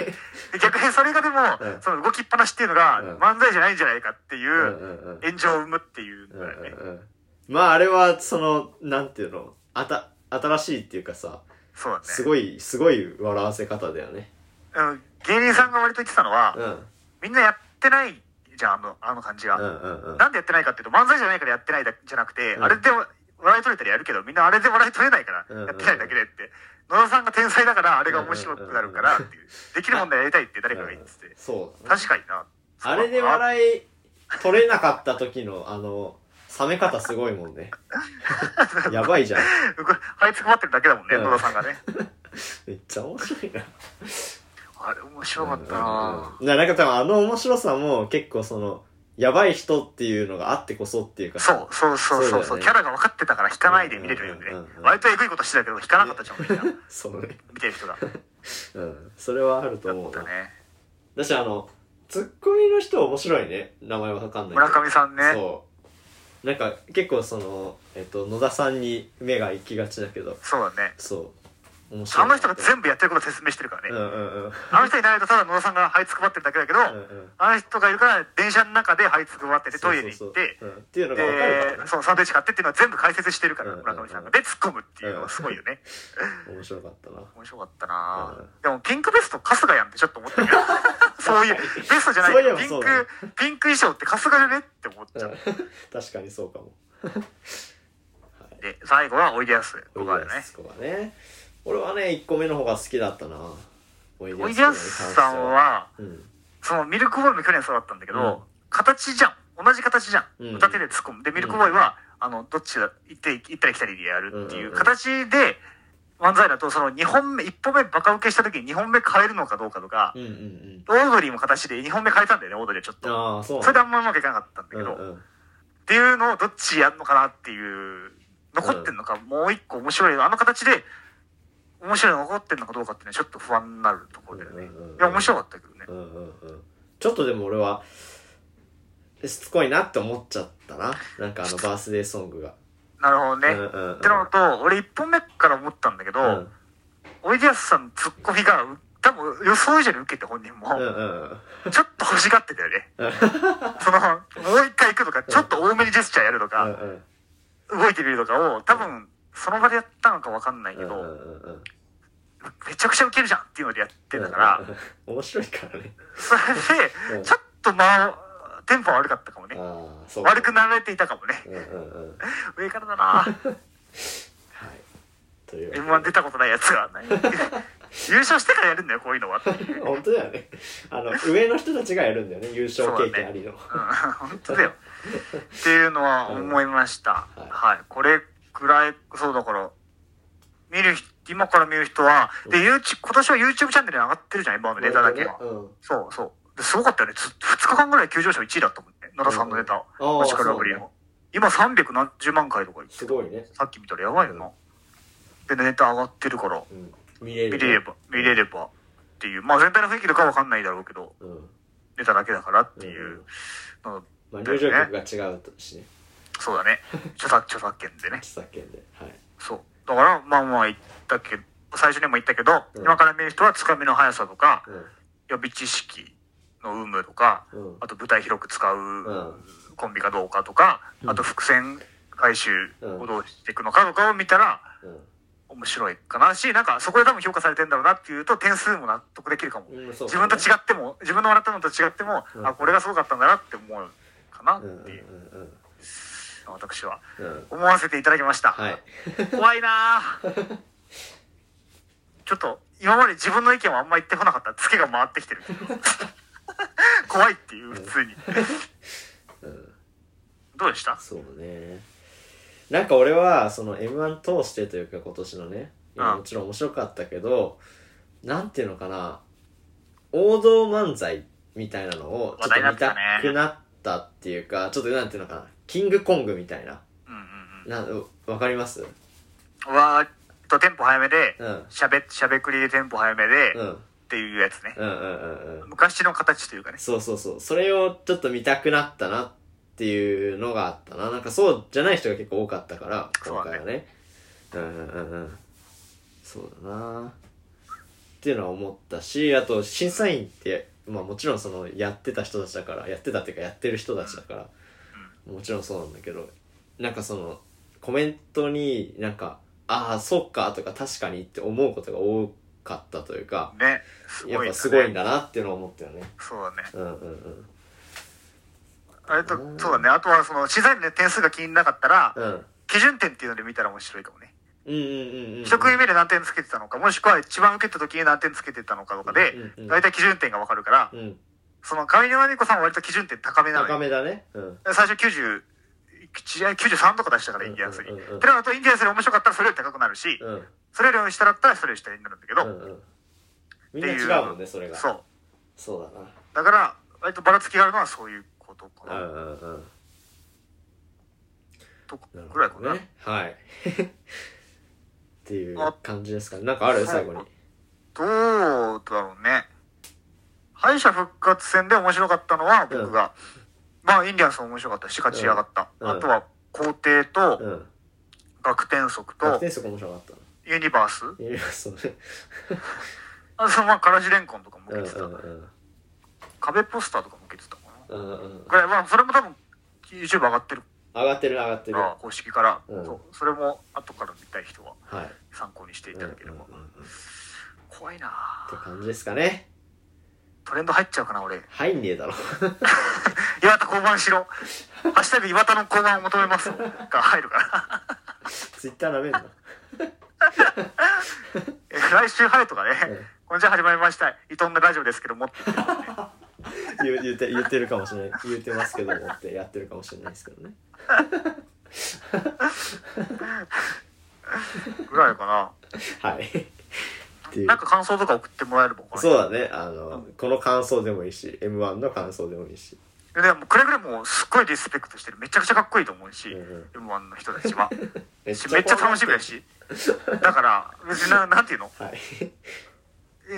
Speaker 4: で逆にそれがでも、
Speaker 3: うん
Speaker 4: その動きっぱなしっていうのが、
Speaker 3: うん
Speaker 4: 漫才じゃないんじゃないかっていう、
Speaker 3: うんうんうん
Speaker 4: 炎上を生むっていう
Speaker 3: う
Speaker 4: の
Speaker 3: ん
Speaker 4: だよね。
Speaker 3: うんうんまああれはそのなんていうのあた新しいっていうかさ
Speaker 4: そうだね。
Speaker 3: すごいすごい笑わせ方だよね
Speaker 4: うん芸人さんが割と言ってたのは、
Speaker 3: うん
Speaker 4: みんなやってないじゃん、あの、あの感じが。
Speaker 3: うんうんうん
Speaker 4: なんでやってないかっていうと、漫才じゃないからやってないだじゃなくて、
Speaker 3: うん
Speaker 4: あれで笑い取れたらやるけど、みんなあれで笑い取れないか
Speaker 3: うんうんう
Speaker 4: ら、
Speaker 3: ん
Speaker 4: やってないだけでって。野田さんが天才だから、あれが面白くなるから、っていう。できるもんだらやりたいって誰かが言ってて。
Speaker 3: そうだね
Speaker 4: 確かにな。
Speaker 3: あれで
Speaker 4: い
Speaker 3: 笑い取れなかった時のあの冷め方すごいもん ねやばいじゃん
Speaker 4: はいつくばってるだけだもんね、
Speaker 3: うん
Speaker 4: 野田さんがね。
Speaker 3: めっちゃ面白いな
Speaker 4: あれ面白かった
Speaker 3: うん
Speaker 4: な
Speaker 3: うんなんか多分あの面白さも結構そのやばい人っていうのがあってこそっていうか
Speaker 4: そうそうそうそ
Speaker 3: そ
Speaker 4: うそう
Speaker 3: だよ
Speaker 4: う、
Speaker 3: ね
Speaker 4: キャラが分かってたから引かないで見れるよね
Speaker 3: うんうんうんうん。
Speaker 4: 割とエグいことしてたけど、引かなかったじゃん、みんな。
Speaker 3: そうね
Speaker 4: 見てる人が。だ
Speaker 3: うんそれはあると思う
Speaker 4: った
Speaker 3: な
Speaker 4: ね。
Speaker 3: だしあのツッコミの人面白いね名前わかんないけど
Speaker 4: 村上さんね。
Speaker 3: そうなんか結構その、えっと、野田さんに目が行きがちだけど
Speaker 4: そうだね。
Speaker 3: そう面白い
Speaker 4: あの人が
Speaker 3: 部
Speaker 4: 全部やってること説明してるからね
Speaker 3: う。んうんうんうん
Speaker 4: あの人いないとただ野田さんが這いつくばってるだけだけど、
Speaker 3: うん
Speaker 4: あの人がいるから電車の中で這いつくばっててトイレに行って
Speaker 3: そうそうそううんっていうのが分かるか
Speaker 4: でそうサンドイッチ買ってっていうのは全部解説してるから
Speaker 3: うん
Speaker 4: 村上さん
Speaker 3: うん
Speaker 4: がで突っ込むっていうのはすごいよね
Speaker 3: らね面白かったな
Speaker 4: 面白かったなぁ、
Speaker 3: うん
Speaker 4: でもピンクベスト春日やんってちょっと 思ったけどそういうベストじゃないけど
Speaker 3: そういえばそう
Speaker 4: ピンク
Speaker 3: だね
Speaker 4: ピンク衣装って春日じゃねって思っちゃ
Speaker 3: う
Speaker 4: っ
Speaker 3: ん確かにそうかも
Speaker 4: て、で最後はおいでやす僕はね
Speaker 3: ここがね俺はね1個目の方が好きだったなおい
Speaker 4: おいでやすさんは
Speaker 3: うん
Speaker 4: そのミルクボーイも去年そうだったんだけど、
Speaker 3: うん
Speaker 4: 形じゃん同じ形じゃん、
Speaker 3: うん
Speaker 4: 歌手で突っ込むでミルクボーイは、あのどっちだ行って行ったり来たりでやるっていう形で、漫才だと、その2本目、1本目バカ受けした時に2本目変えるのかどうかとか、
Speaker 3: うんうんうん。
Speaker 4: オードリーも形で2本目変えたんだよね、オードリーはちょっと。
Speaker 3: ああ、そう
Speaker 4: それであ
Speaker 3: なん
Speaker 4: まうまくいかなかったんだけ
Speaker 3: んだ
Speaker 4: ど、
Speaker 3: うんうん。
Speaker 4: っていうのをどっちやるのかなっていう、残ってんのか、もう一個面白いの、あの形で、面白いの残ってんのかどうかってね、ちょっと不安になるところだよね
Speaker 3: うんうんうん。
Speaker 4: いや、面白かったけどね
Speaker 3: う。んうんうんちょっとでも俺はしつこいなって思っちゃったななんかあのバースデーソングが
Speaker 4: なるほどね。
Speaker 3: うんうんうん
Speaker 4: ってのと、俺一本目から思ったんだけど、
Speaker 3: うん
Speaker 4: おいでやすさんのツッコミが、多分予想以上に受けて本人も、
Speaker 3: うんうん
Speaker 4: ちょっと欲しがってたよね。その、もう一回行くとか、ちょっと多めにジェスチャーやると
Speaker 3: うん
Speaker 4: か、
Speaker 3: うん
Speaker 4: 動いてみるとかを、多分、その場でやったのかわかんないけ
Speaker 3: うんうんう
Speaker 4: ど、
Speaker 3: んうん
Speaker 4: めちゃくちゃウケるじゃんっていうのでやってたから、
Speaker 3: 面白いからね
Speaker 4: それ
Speaker 3: うん
Speaker 4: で、ちょっと間を、テンポは悪かったかもね。
Speaker 3: ああそう
Speaker 4: 悪くなられていたかもね。
Speaker 3: うんうんうん
Speaker 4: 上からだな
Speaker 3: はいという
Speaker 4: M1 出たことないやつが。 優勝してからやるんだよ、こういうのはっていう。
Speaker 3: 本当だよねあの上の人たちがやるんだよね優勝経験ありの、
Speaker 4: うん本当だよ。っていうのは思いました。
Speaker 3: うんはい
Speaker 4: はい。これくらい、そうだから、見る人、今から見る人は、で、YouTube、今年は YouTube チャンネルに上がってるじゃん、今のネタだけは。
Speaker 3: うん
Speaker 4: そうそう。ですごかったよね。ず2日間ぐらい急上昇1位だったもんね。野田さんのネタ。
Speaker 3: うん
Speaker 4: マジカルラブリーの。今300何十万回とか言って
Speaker 3: す
Speaker 4: た。
Speaker 3: ごいね、
Speaker 4: さっき見たらやばいよな。で、ネタ上がってるから、
Speaker 3: うん、見れる
Speaker 4: 見れれば、見れればっていう。まあ全体の雰囲気とかわかんないだろうけど、
Speaker 3: うん
Speaker 4: ネタだけだからっていうの
Speaker 3: まあ、入場曲が違うとしね
Speaker 4: そうだね。 著作、著作権でね。
Speaker 3: 喫茶店ではい
Speaker 4: そう。だから、まあまあ言ったけど、最初にも言ったけど、
Speaker 3: うん
Speaker 4: 今から見る人はつかみの速さとか、
Speaker 3: う
Speaker 4: 予備知識の有無とか、
Speaker 3: うん
Speaker 4: あと舞台広く使
Speaker 3: ん
Speaker 4: うコンビかどうかとか、
Speaker 3: うん
Speaker 4: あと伏線回収をどうしていくのかとかを見たら
Speaker 3: ん
Speaker 4: 面白いかなし、なんかそこで多分評価されてんだろうなっていうと点数も納得できるかも。
Speaker 3: うん、うん、そう
Speaker 4: 自
Speaker 3: だね
Speaker 4: 分と違っても、自分の笑ったのと違っても、
Speaker 3: うん
Speaker 4: あ、これがすごかったんだなって思うかなっ
Speaker 3: うんうん
Speaker 4: ていう、
Speaker 3: うん
Speaker 4: 私は
Speaker 3: うんうん
Speaker 4: 思わせていただきました。
Speaker 3: はい
Speaker 4: 怖いなぁちょっと今まで自分の意見はあんま言ってこなかったツケが回ってきてる怖いっていう普通に、どうでした
Speaker 3: そうねなんか俺はその m 1通してというか今年のねいや
Speaker 4: うん
Speaker 3: もちろん面白かったけどなんていうのかな王道漫才みたいなのをちょっと見たくなったっていうかちょっとなんていうのかなキングコングみたいな
Speaker 4: うんうん
Speaker 3: なうわかります
Speaker 4: うんわーっとテンポ早めで
Speaker 3: うん
Speaker 4: しゃべしゃべくりでテンポ早めで、
Speaker 3: う
Speaker 4: っ
Speaker 3: ん
Speaker 4: ていうやつね、
Speaker 3: うんうんうんうん
Speaker 4: 昔の形というかね
Speaker 3: そうそうそうそれをちょっと見たくなったなっていうのがあったななんかそうじゃない人が結構多かったから
Speaker 4: そう
Speaker 3: 今
Speaker 4: だね
Speaker 3: 回はねうんうんうんうんそうだなっていうのは思ったしあと審査員ってまあもちろんそのやってた人たちだからやってたっていうかやってる人たちだからもちろんそうなんだけどなんかそのコメントになんかああそっかとか確かにって思うことが多かったというか
Speaker 4: ねすごい
Speaker 3: や
Speaker 4: よ
Speaker 3: っ
Speaker 4: ね
Speaker 3: ぱすごいんだなっていうのを思ったよね
Speaker 4: そうだね
Speaker 3: うんうんうん
Speaker 4: あれと
Speaker 3: うん
Speaker 4: そうだねあとはその資材の点数が気になかったら、
Speaker 3: うん
Speaker 4: 基準点っていうので見たら面白いかもね
Speaker 3: うんうんうんうん。
Speaker 4: 一組目で何点つけてたのかもしくは一番受けた時に何点つけてたのかとかで
Speaker 3: うんうんうん
Speaker 4: 大体基準点が分かるから
Speaker 3: うん。
Speaker 4: その上沼恵美子さんは割と基準点高めなの
Speaker 3: 高
Speaker 4: よ
Speaker 3: めだね。うん。
Speaker 4: 最初90試合93とか出したからインディアンスに。
Speaker 3: うんうんうん
Speaker 4: ってなるとインディアンスで面白かったらそれより高くなるし、
Speaker 3: うん。
Speaker 4: それより下だったらそれより下になるんだけど、
Speaker 3: うんうん。みん
Speaker 4: って
Speaker 3: な違
Speaker 4: いう
Speaker 3: うもんね、それが。
Speaker 4: そう。
Speaker 3: そうだな。
Speaker 4: だから割とばらつきがあるのはそういうことかな、
Speaker 3: うんうんうん。
Speaker 4: とか
Speaker 3: なるほ
Speaker 4: ぐらいか
Speaker 3: ど
Speaker 4: な。
Speaker 3: ね。はい。 っていう感じですかね。なんかある
Speaker 4: そう
Speaker 3: 最後に。
Speaker 4: どうだろうね。敗者復活戦で面白かったのは僕が、まあインディアンスも面白かったし勝ち上がった、
Speaker 3: うんうん
Speaker 4: あとは皇帝と
Speaker 3: うん。
Speaker 4: 学天則
Speaker 3: 逆
Speaker 4: と
Speaker 3: 転速面白かった
Speaker 4: ユニバース
Speaker 3: な。いや、そうね。
Speaker 4: あそのまあからしれんこんとかも
Speaker 3: うん
Speaker 4: 受
Speaker 3: う
Speaker 4: け
Speaker 3: ん
Speaker 4: てた、
Speaker 3: うん。
Speaker 4: 壁ポスターとかも受けてたかな
Speaker 3: うんうん。
Speaker 4: これまあそれも多分 YouTube 上がってる
Speaker 3: 上がってる上がって
Speaker 4: か
Speaker 3: る。
Speaker 4: ら
Speaker 3: は
Speaker 4: 公式から、
Speaker 3: うん。
Speaker 4: そうそれも後から見たい人はい参考にしてい
Speaker 3: うんう
Speaker 4: た
Speaker 3: んうん
Speaker 4: だ
Speaker 3: って
Speaker 4: ければ、怖いなぁ
Speaker 3: 感じですかね。
Speaker 4: トレンド入っちゃうかな俺
Speaker 3: 入んねえだろ。
Speaker 4: 岩田降板しろ「ハッシュタグ岩田の降板を求めます」が入るか ら
Speaker 3: ツイッターなめんな。
Speaker 4: え来週入るとかね、
Speaker 3: うん
Speaker 4: こんにちは始まりました伊藤のラジオですけどもって言ってるね
Speaker 3: 言う言うて言ってるかもしれない言ってますけどもってやってるかもしれないですけどね
Speaker 4: ぐらいかな。
Speaker 3: はい。っていう
Speaker 4: なん。か感想とか送ってもらえればこれ
Speaker 3: そうだね。あの、この感想でもいいし、M1 の感想でもいいし。
Speaker 4: ででもくれぐれもすっごいリスペクトしてるめちゃくちゃかっこいいと思うし、
Speaker 3: うん
Speaker 4: M1 の人たちは
Speaker 3: め
Speaker 4: しめっちゃ楽しみだ。しだから別 にななんていうの
Speaker 3: はい。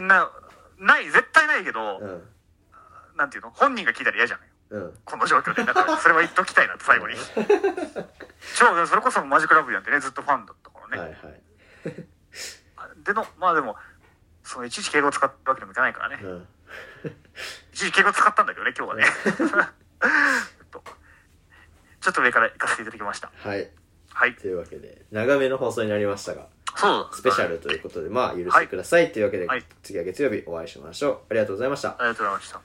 Speaker 4: なない絶対ないけど、
Speaker 3: うん。
Speaker 4: なんていうの本人が聞いたら嫌じゃない
Speaker 3: うん。
Speaker 4: この状況でだからそれは言っときたいなって最 後に超それこそマジックラブリーなんてねずっとファンだったからね、
Speaker 3: はいはい。
Speaker 4: でのまあでもそのいちいち敬語を使ったわけにもいかないからね、
Speaker 3: うん。
Speaker 4: 一時敬語使ったんだけどね今日はね とちょっと上から行かせていただきました
Speaker 3: はい。
Speaker 4: はい
Speaker 3: というわけで、長めの放送になりましたが、
Speaker 4: そう
Speaker 3: スペシャルということで、まあ、許してください。というわけで
Speaker 4: はい、
Speaker 3: 次は月曜日お会いしましょう。ありがとうございました。
Speaker 4: ありがとうございました